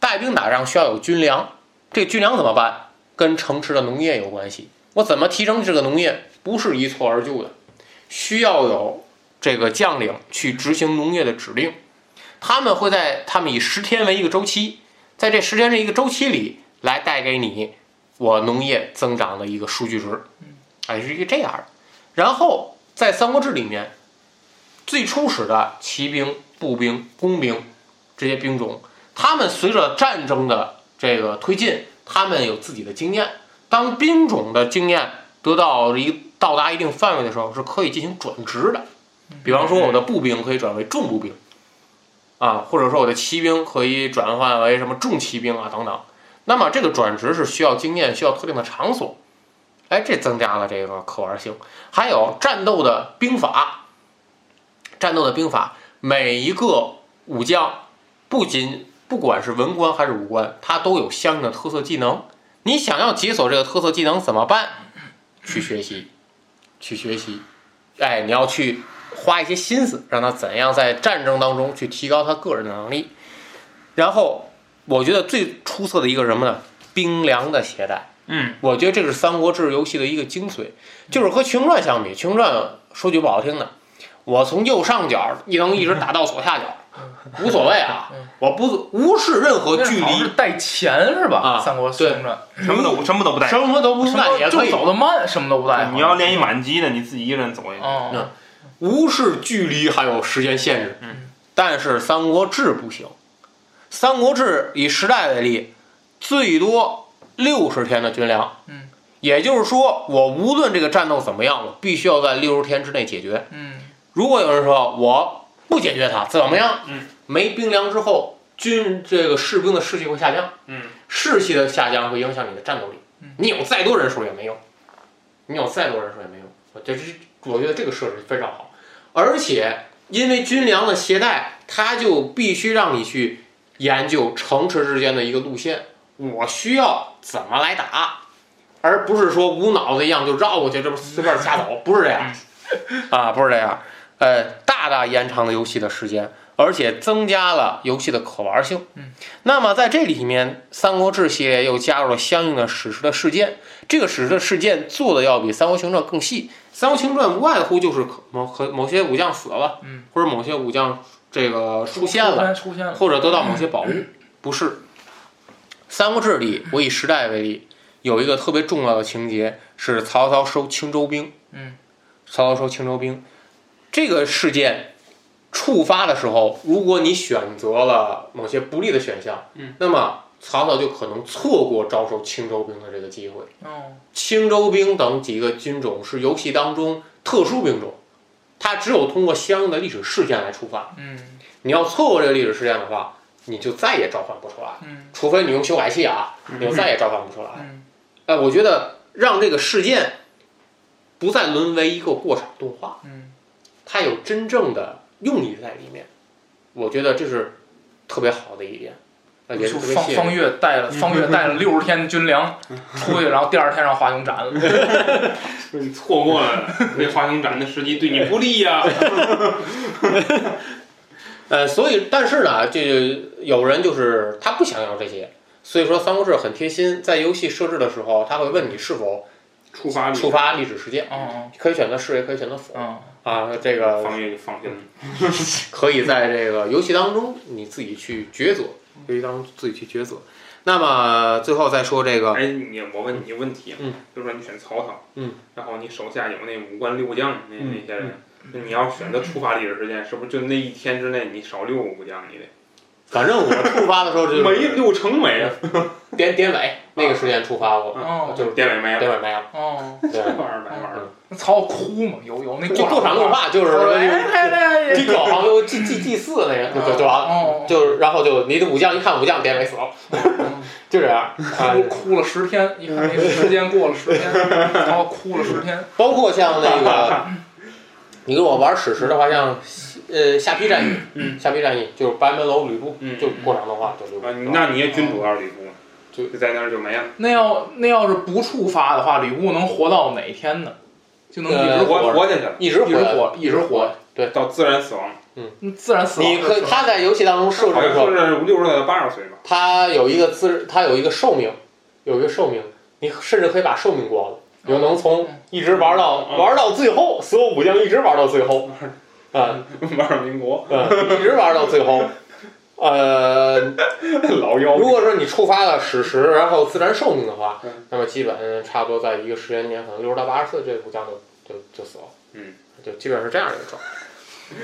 带兵打仗需要有军粮，这军粮怎么办？跟城池的农业有关系。我怎么提升这个农业？不是一蹴而就的，需要有这个将领去执行农业的指令，他们会在他们以十天为一个周期。在这时间这一个周期里来带给你我农业增长的一个数据值，哎，是一个这样的。然后在《三国志》里面，最初始的骑兵、步兵、工兵这些兵种，他们随着战争的这个推进，他们有自己的经验。当兵种的经验得到一到达一定范围的时候，是可以进行转职的。比方说，我的步兵可以转为重步兵，啊，或者说我的骑兵可以转换为什么重骑兵啊等等。那么这个转职是需要经验，需要特定的场所，哎，这增加了这个可玩性。还有战斗的兵法，战斗的兵法，每一个武将不仅不管是文官还是武官，他都有相应的特色技能。你想要解锁这个特色技能怎么办？去学习，去学习，哎，你要去花一些心思，让他怎样在战争当中去提高他个人的能力。然后，我觉得最出色的一个是什么呢？冰凉的携带。
嗯，
我觉得这是《三国志》游戏的一个精髓，就是和《群传》相比，《群传》说句不好听的，我从右上角一能一直打到左下角，无所谓啊，我不无视任何
嗯那
距
好像是
离，
带钱是吧？
啊
三国群英传》
什么都什么都不带。
什么都不
什么
干也可
就
以，
走得慢，什么都不带。
你要练一满级的，你自己一个人走也。
哦，
嗯无视距离还有时间限制。
嗯，
但是《三国志》不行，《三国志》以时代为例，最多六十天的军粮。
嗯，
也就是说，我无论这个战斗怎么样，我必须要在六十天之内解决。
嗯
如果有人说我不解决它怎么样？
嗯，
没冰凉之后，军这个士兵的士气会下降。
嗯，
士气的下降会影响你的战斗力。你有再多人数也没用，你有再多人数也没用。我觉得这，我觉得这个设置非常好。而且因为军粮的携带，它就必须让你去研究城池之间的一个路线，我需要怎么来打，而不是说无脑子一样就绕过去，这不随便瞎走，不是这样
嗯
啊，不是这样，呃，大大延长了游戏的时间。而且增加了游戏的可玩性。
嗯，
那么在这里面，《三国志》系列又加入了相应的史诗的事件，这个史诗的事件做的要比《三国群传》更细。《三国群传》无外乎就是可某和某些武将死了，
嗯，
或者某些武将这个出现了，
出现了，
或者得到某些宝物，不是。《三国志》里，我以时代为例，有一个特别重要的情节是曹操收青州兵。
嗯，
曹操收青州兵这个事件触发的时候，如果你选择了某些不利的选项，
嗯，
那么曹操就可能错过招收青州兵的这个机会。
哦，
青州兵等几个军种是游戏当中特殊兵种，它只有通过相应的历史事件来触发。
嗯
你要错过这个历史事件的话，你就再也召唤不出来，
嗯
除非你用修改器啊，你就再也召唤不出来。
嗯，
哎，我觉得让这个事件不再沦为一个过场动画，
嗯，
它有真正的用意在里面，我觉得这是特别好的一点，呃也是
就
特别
方
吸引
方
人。
月带了方 月带了六十天的军粮出去，然后第二天让华雄斩了，
就是你错过了 那华雄展的时机，对你不利呀、
呃，所以但是呢，这就有人就是他不想要这些，所以说《三国志》很贴心，在游戏设置的时候，他会问你是否
触发力
触，发历史事件，
哦
可以选择是，也可以选择否
哦哦，
啊。这个
方月就放心了。
嗯可以在这个游戏当中你自己去抉择，游戏当中自己去抉择。那么最后再说这个，
哎，你我问你一个问题，
嗯，
就说你选曹操，
嗯，
然后你手下有那五官六将那
嗯
那些人，那你要选择触发历史事件，是不是就那一天之内你少六个武将，你得
反正我触发的时候就
没
是
六成没啊，
典典韦那个时间触发过，
哦
就是
典韦没了，
典韦没有，
哦，
对
这，玩意儿白玩儿了。
那曹操哭嘛，有有那
就过场动
动画，
画就是
哎哎哎
第九好像就祭祭祭祀那个就就就完了，
哦，
就是然后就你的武将一看武将典韦死了，就这样啊
哭。哭了十天，一看那个时间过了十天，然后哭了十 天，
包括像那个，你跟我玩史实的话，像呃下邳战役，
嗯
下邳战役就是白门楼吕布，
嗯
就过场动画就吕布
啊，你那你也君主要是吕布呢，
就
就在那儿就没了。啊
那要那要是不触发的话，吕布能活到哪天呢？就能一
呃
直活，
活活下去了，
一直
一直
火，
活，一直活，
到自然死亡。
自然死亡。
你可以他在游戏当中设置
好
的
像
时
说
候，
是六十岁到八十岁吧，
他有一个自，他有一个寿命，有一个寿命，你甚至可以把寿命光了，你就能
哦
从一直玩到
嗯
玩到最后，所有武将一直玩到最后，
哦
啊，
玩儿民国
嗯，一直玩到最后。呃，
老妖
如果说你触发了史实，然后自然寿命的话
嗯，
那么基本差不多在一个时间点，可能六十到八十岁这武将就就就死了。
嗯，
就基本上是这样一个状态。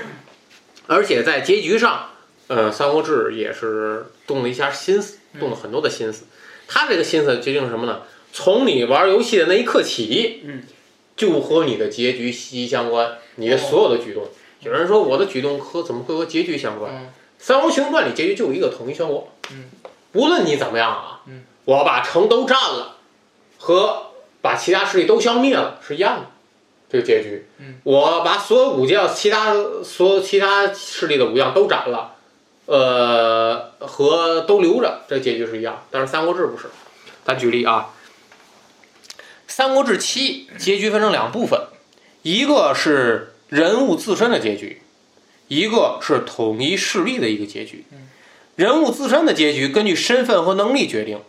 而且在结局上，呃，《三国志》也是动了一下心思，动了很多的心思。他这个心思决定什么呢？从你玩游戏的那一刻起，
嗯，
就和你的结局息息相关，你的所有的举
哦
动。有人说我的举动和怎么会和结局相关？
嗯
三国群传》里结局就有一个统一全国。
嗯，
无论你怎么样啊，
嗯，
我把城都占了，和把其他势力都消灭了是一样的，这个结局。
嗯，
我把所有武将、其他所有其他势力的武将都斩了，呃，和都留着，这结局是一样。但是《三国志》不是。咱举例啊，《三国志七》结局分成两部分，一个是人物自身的结局，一个是统一势力的一个结局。人物自身的结局根据身份和能力决定，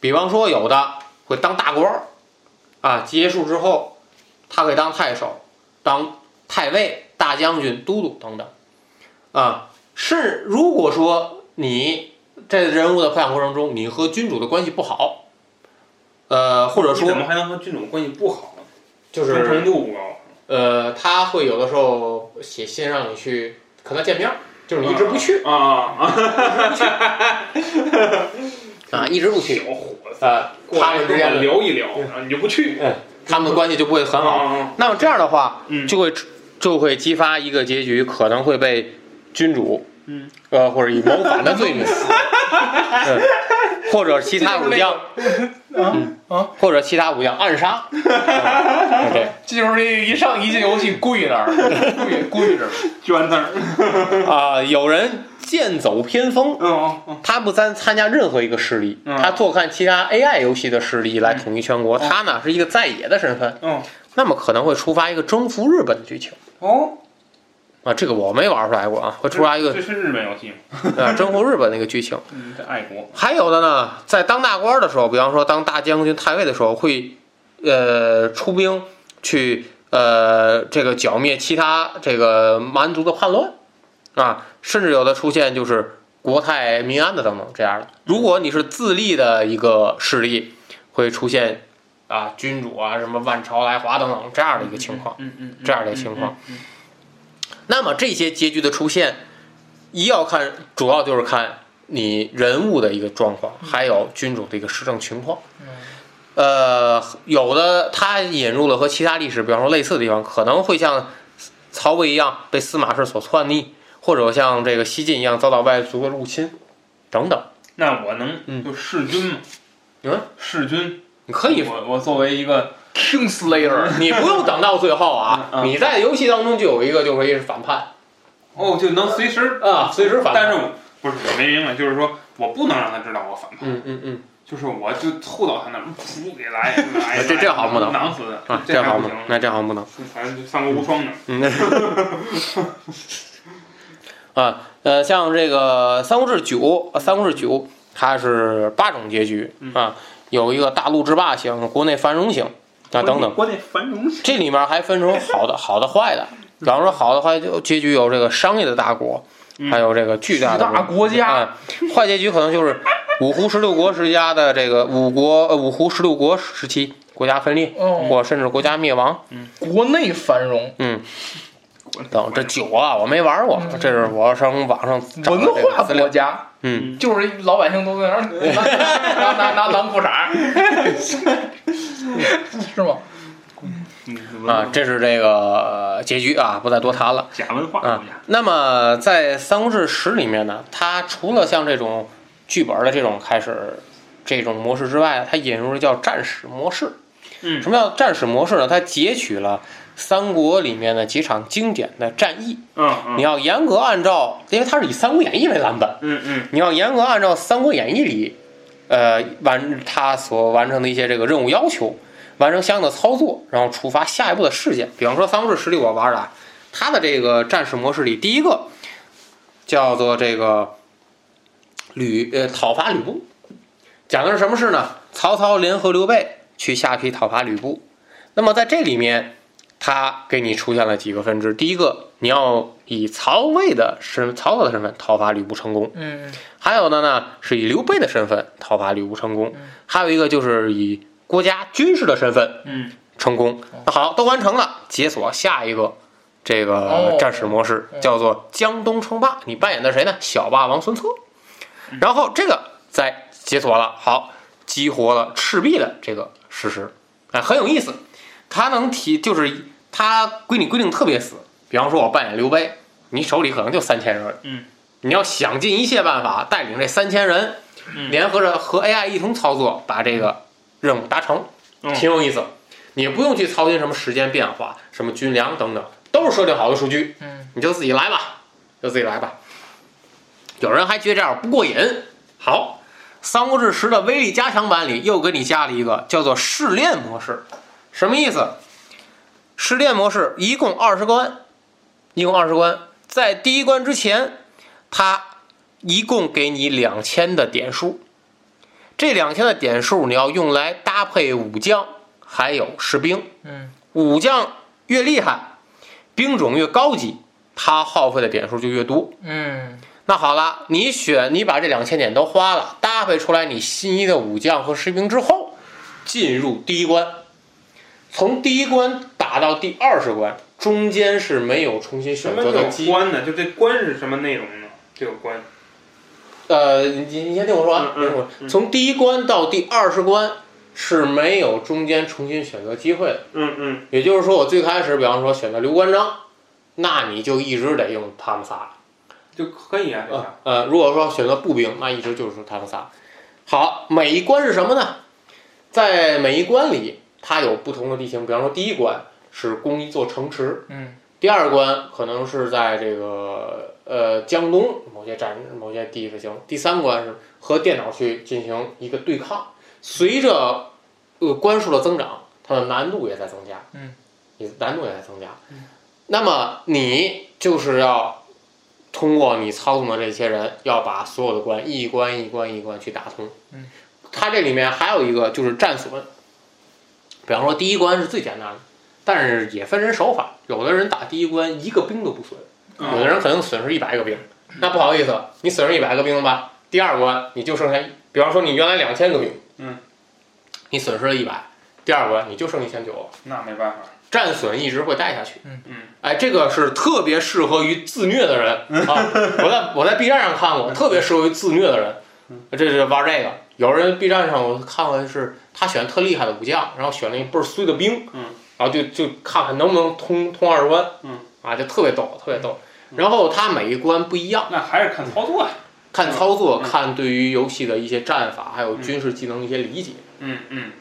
比方说有的会当大官儿，啊，结束之后他会当太守、当太尉、大将军、都督等等，啊，是如果说你在人物的培养过程中，你和君主的关系不好，呃，或者
你怎么
说
还能和君主关系不好呢？
就
忠
是
诚度不高。
呃，他会有的时候写信让你去和他见面儿，就是你一直不去
啊啊！
啊，一直不去，
小伙子，
呃，
过
他
来跟
们之
我
间的
聊一聊，然后你就不去。
他们的关系就不会很好。
啊，
那么这样的话，
嗯
就会就会激发一个结局，可能会被君主，
嗯，
呃，或者以谋反的罪名，嗯或者其他武将，
啊
或者其他武将 暗杀，嗯对。
这就是一一上一进游戏
嗯
跪那儿， 跪跪着，
捐字儿。
啊、有人剑走偏锋，
哦
嗯嗯
他不参参加任何一个势力，
嗯
他坐看其他 AI 游戏的势力来统一全国。他呢是一个在野的身份，
嗯
那么可能会触发一个征服日本的剧情
哦，
啊。这个我没玩出来过啊，会触发一 个
这是日本游戏吗？
啊征服日本的一个剧情。
嗯，这爱国。
还有的呢，在当大官的时候，比方说当大将军、太尉的时候，会呃出兵去呃这个剿灭其他这个蛮族的叛乱啊，甚至有的出现就是国泰民安的等等这样的。如果你是自立的一个势力，会出现啊君主啊什么万朝来华等等这样的一个情况。
嗯嗯，
这样的情况。那么这些结局的出现，一要看主要就是看你人物的一个状况，还有君主的一个施政情况。呃，有的他引入了和其他历史，比方说类似的地方，可能会像曹魏一样被司马氏所篡逆，或者像这个西晋一样遭到外族的入侵，等等。
那我能
嗯
就弑君吗？
嗯，
弑君，
你可以，
我我作为一个
Kingslayer，
你不用等到最后啊，
嗯嗯
你在游戏当中就有一个就可以是反叛
哦，就能随时，
啊，随时反叛。
但是我不是我没明白，就是说我不能让他知道我反叛，
嗯嗯嗯，
就是我就凑到他那儿，嗯噗给来，来
啊这这好不能
囊死
啊，这
这
样
还
好
不
不
行
能，，那这样好不能。
反正就三国无双呢。
嗯， 啊，呃，像这个《三国志九》呃，《三国志九》它是八种结局啊，有一个大陆制霸型、国内繁荣型啊等等，
关键繁荣史
这里面还分成好的、好的、坏的。比方说，好的坏就结局有这个商业的大国，还有这个巨大的
大国家，
啊，坏结局可能就是五胡十六国时家的这个五国呃五胡十六国时期国家分裂，
哦
或甚至国家灭亡。
国内繁荣，
嗯，等这酒啊，我没玩过，这是我上网上找的
文
这个
化
资
国
料。
家，
嗯，
就是老百姓都在那儿拿拿拿拿蓝裤衩， 是吗？
嗯
啊，这是这个呃结局啊，不再多谈了
假文化
啊
嗯
国家。。
那么在《三国志十》里面呢，它除了像这种剧本的这种开始这种模式之外，它引入了叫战史模式。
嗯
什么叫战史模式呢？它截取了三国里面的几场经典的战役。
嗯嗯
你要严格按照，因为它是以《三国演义》为蓝本，
嗯嗯
你要严格按照《三国演义》里，呃，完他所完成的一些这个任务要求，完成相应的操作，然后触发下一步的事件。比方说《三国志十》里我玩的啊，它的这个战士模式里，第一个叫做这个吕呃讨伐吕布，讲的是什么事呢？曹操联合刘备去下邳讨伐吕布。那么在这里面，他给你出现了几个分支。第一个，你要以曹魏的身曹操的身份讨伐吕布成功。
嗯，
还有的呢是以刘备的身份讨伐吕布成功，
嗯
还有一个就是以国家军事的身份
嗯
成功。那好，都完成了，解锁下一个这
哦嗯
个战士模式，叫做江东称霸。你扮演的谁呢？小霸王孙策。
嗯
然后这个再解锁了，好，激活了赤壁的这个事实，哎，很有意思。它能提，就是它规定规定特别死。比方说，我扮演刘备，你手里可能就三千人，
嗯，
你要想尽一切办法带领这三千人，
嗯
联合着和 AI 一同操作，把这个任务达成，
嗯
挺有意思。你不用去操心什么时间变化、什么军粮等等，都是设定好的数据，
嗯，
你就自己来吧，就自己来吧。有人还觉得这样不过瘾，好，《三国志十》的威力加强版里又给你加了一个叫做试炼模式，什么意思？试炼模式一共二十关，一共二十关，在第一关之前，它一共给你两千的点数，这两千的点数你要用来搭配武将还有士兵。
嗯，
武将越厉害，兵种越高级，它耗费的点数就越多。
嗯，
那好了，你选你把这两千点都花了，搭配出来你心仪的武将和士兵之后，进入第一关，从第一关打到第二十关，中间是没有重新
什
选
么
择的
叫
机。
关呢？就这关是什么内容呢？这个关，
呃，你你你先听我说啊，
嗯嗯
听我说从第一关到第二十关是没有中间重新选择机会的。
嗯嗯
也就是说，我最开始比方说选择刘关张，那你就一直得用他们仨了。
就可以啊，这
呃
个，
呃，如果说选择步兵，那一直就是他们仨。好，每一关是什么呢？在每一关里，它有不同的地形。比方说，第一关是攻一座城池，
嗯，
第二关可能是在这个呃江东某些战某些地是行，第三关是和电脑去进行一个对抗。随着呃关数的增长，它的难度也在增加，
嗯，
也难度也在增加。那么你就是要通过你操纵的这些人，要把所有的关一关一关一关去打通。
嗯，
它这里面还有一个就是战损，比方说第一关是最简单的，但是也分人手法，有的人打第一关一个兵都不损，
嗯
有
哦
的人可能损失一百个兵，那不好意思，你损失一百个兵吧，第二关你就剩下，比方说你原来两千个兵，
嗯，
你损失了一百，第二关你就剩一千九了。
那没办法，
战损一直会带下去。
嗯
嗯，
哎，这个是特别适合于自虐的人
嗯
啊！我在我在 B 站上看过，特别适合于自虐的人，
嗯
这是玩这个。有人 B 站上我看过是，他选特厉害的武将，然后选了一倍儿衰的兵，
嗯，
然后就就看看能不能通通二关，
嗯，
啊，就特别逗，特别逗。然后他每一关不一样，
那还是看操作呀。
看操作，
嗯
看对于游戏的一些战法，还有军事技能的一些理解。
嗯嗯，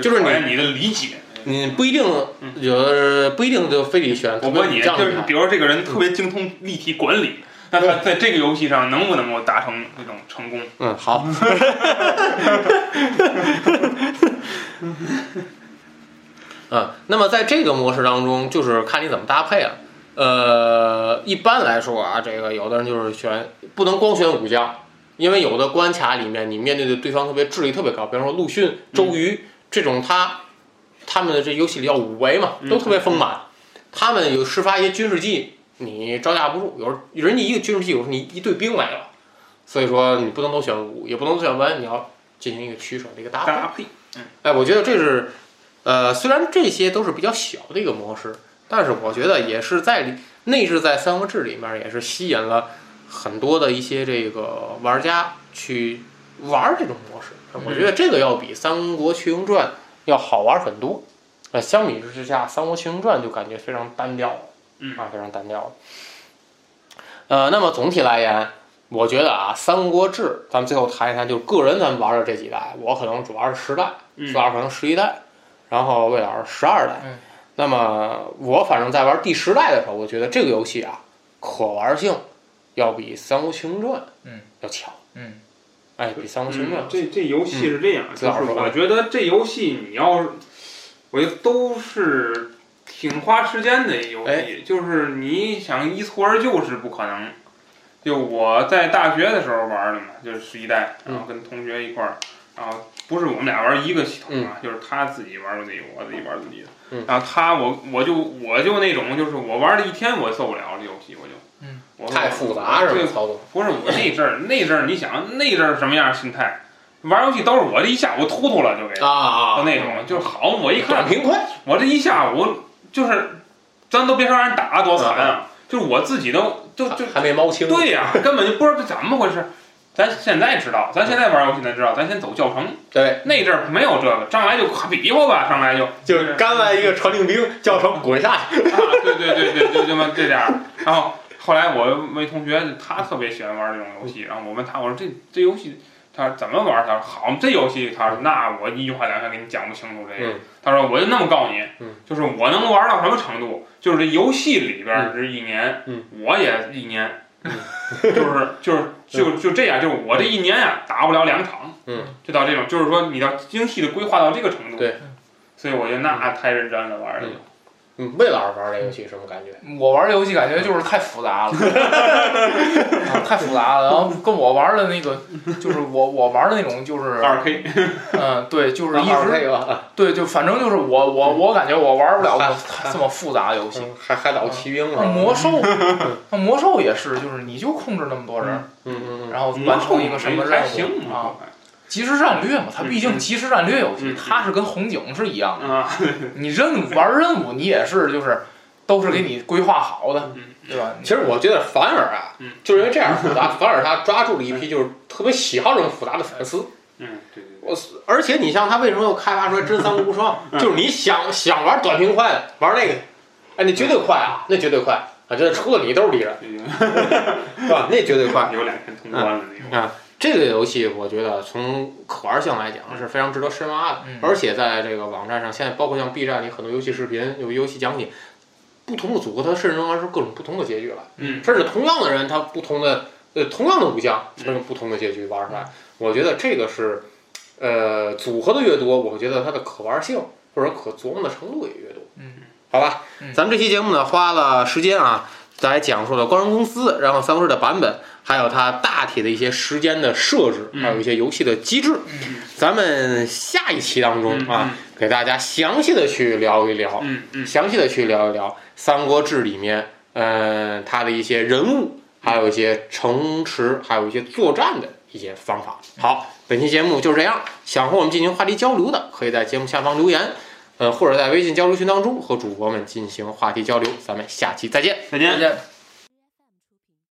就是
考
你啊
验你的理解。
你不一定
嗯
有的不一定就非得选特
我
别
问
武
你，
将
就是
厉害
比如说这
嗯
个人特别精通立体管理，那他在这个游戏上能不能够达成那种成功？
嗯，好。 嗯，那么在这个模式当中，就是看你怎么搭配了、呃，一般来说啊，这个有的人就是选不能光选武将，因为有的关卡里面你面对的对方特别智力特别高，比方说陆逊、周瑜、这种他，他们的这游戏里叫五维嘛，都特别丰满。他们有施发一些军事技，你招架不住。有时人家一个军事技，有时候你一队兵来了，所以说你不能都选武，也不能都选文，你要进行一个取舍的一个搭配。
搭配，
哎，我觉得这是，呃，虽然这些都是比较小的一个模式，但是我觉得也是在里内置在《三国志》里面，也是吸引了很多的一些这个玩家去玩儿这种模式。我觉得这个要比《三国群英传》要好玩很多。呃，相比之下，《三国群英传》就感觉非常单调了，
嗯
啊，非常单调了。呃，那么总体来言，我觉得啊，《三国志》咱们最后谈一谈，就是个人咱们玩的这几代，我可能主玩十代，
嗯
四二可能十一代，然后魏老师十二代。
嗯
那么我反正在玩第十代的时候，我觉得这个游戏啊，可玩性要比《三国群英传》
嗯
要强。
嗯，
哎，比《三国群英传
嗯》这这游戏是这样，
嗯
就是我觉得这游戏你要是，我觉得都是挺花时间的一游戏，
哎
就是你想一蹴而就是不可能。就我在大学的时候玩的嘛，就是十一代，然后
嗯
跟同学一块儿，然后不是我们俩玩一个系统啊，就是他自己玩自己，我自己玩自己的。
嗯
然后他我我就我就那种就是我玩了一天我受不了这游戏，我就
嗯
我
太复杂是
对
吧？操作
不是我那阵儿，那阵儿你想那阵儿什么样的心态？玩游戏都是我这一下午突突了就给，
啊啊
就
啊！
那种，就是好我一看
短平快，
我这一下午就是，咱都别说让人打多惨啊，就是我自己都就就
还没猫清。
对呀、根本就不知道这怎么回事。咱现在知道，咱现在玩游戏咱知道，咱先走教程。
对，
那阵儿没有这个，上来就比划吧，上来就
就刚来一个传令兵，叫成滚下去。
啊，对对对对，就这么这点儿。然后后来我那同学他特别喜欢玩这种游戏，
嗯
然后我问他，我说这这游戏他说怎么玩？他说好，这游戏他说那我一句话两下给你讲不清楚这个。
嗯
他说我就那么告诉你，
嗯
就是我能玩到什么程度，就是这游戏里边儿这一年，
嗯
我也一年。 就是就是就就这样，就是我这一年呀、打不了两场，
嗯，
就到这种，就是说你要精细的规划到这个程度，
对，
所以我觉得那太认真了玩儿的就，
嗯，魏老师玩这游戏什么感觉？
我玩游戏感觉就是太 复杂了，啊太复杂了。然后跟我玩的那个，就是我我玩的那种，就是
二 K
嗯，对，就是一
二
直
K 吧，
对，就反正就是我我我感觉我玩不了太这么复杂的游戏。
嗯还还打过骑兵
嗯
啊
那
了。
魔兽，那魔兽也是，就是你就控制那么多人，
嗯嗯嗯，
然后完成一个什么任务
还行
啊？，即时战略嘛，它
嗯
毕竟即时战略游戏，
嗯
它是跟红警是一样的。
啊，
你任务玩任务，你也是就是都是给你规划好的，
嗯
对吧？
其实我觉得反而啊
嗯，
就是因为这样复杂，反而他抓住了一批就是特别喜好这种复杂的粉丝。
嗯，对对对，
我而且你像他为什么又开发出来《真三国无双》，就是你想想玩短平快的，玩那个，哎，那绝对快啊，那绝对快啊，这除了你都是敌人，
对对
是吧？那绝对快。
有两天通关了那个，
啊，这个游戏我觉得从可玩性来讲是非常值得深挖的，
嗯
而且在这个网站上，现在包括像 B 站里很多游戏视频、有游戏讲解，不同的组合它甚至能玩出各种不同的结局来，
嗯
甚至同样的人他不同的呃同样的武将，
嗯
他用不同的结局玩出来，我觉得这个是呃组合的越多，我觉得它的可玩性或者可琢磨的程度也越多，
嗯，
好吧，
嗯
咱们这期节目呢花了时间啊。来讲述了光荣公司，然后三国志的版本，还有它大体的一些时间的设置，
嗯
还有一些游戏的机制。咱们下一期当中
嗯
啊，给大家详细的去聊一聊，
嗯嗯
详细的去聊一聊《三国志》里面，嗯、它的一些人物，还有一些城池，还有一些作战的一些方法。好，本期节目就是这样。想和我们进行话题交流的，可以在节目下方留言，呃，或者在微信交流群当中和主播们进行话题交流。咱们下期再见。
再见
再。见。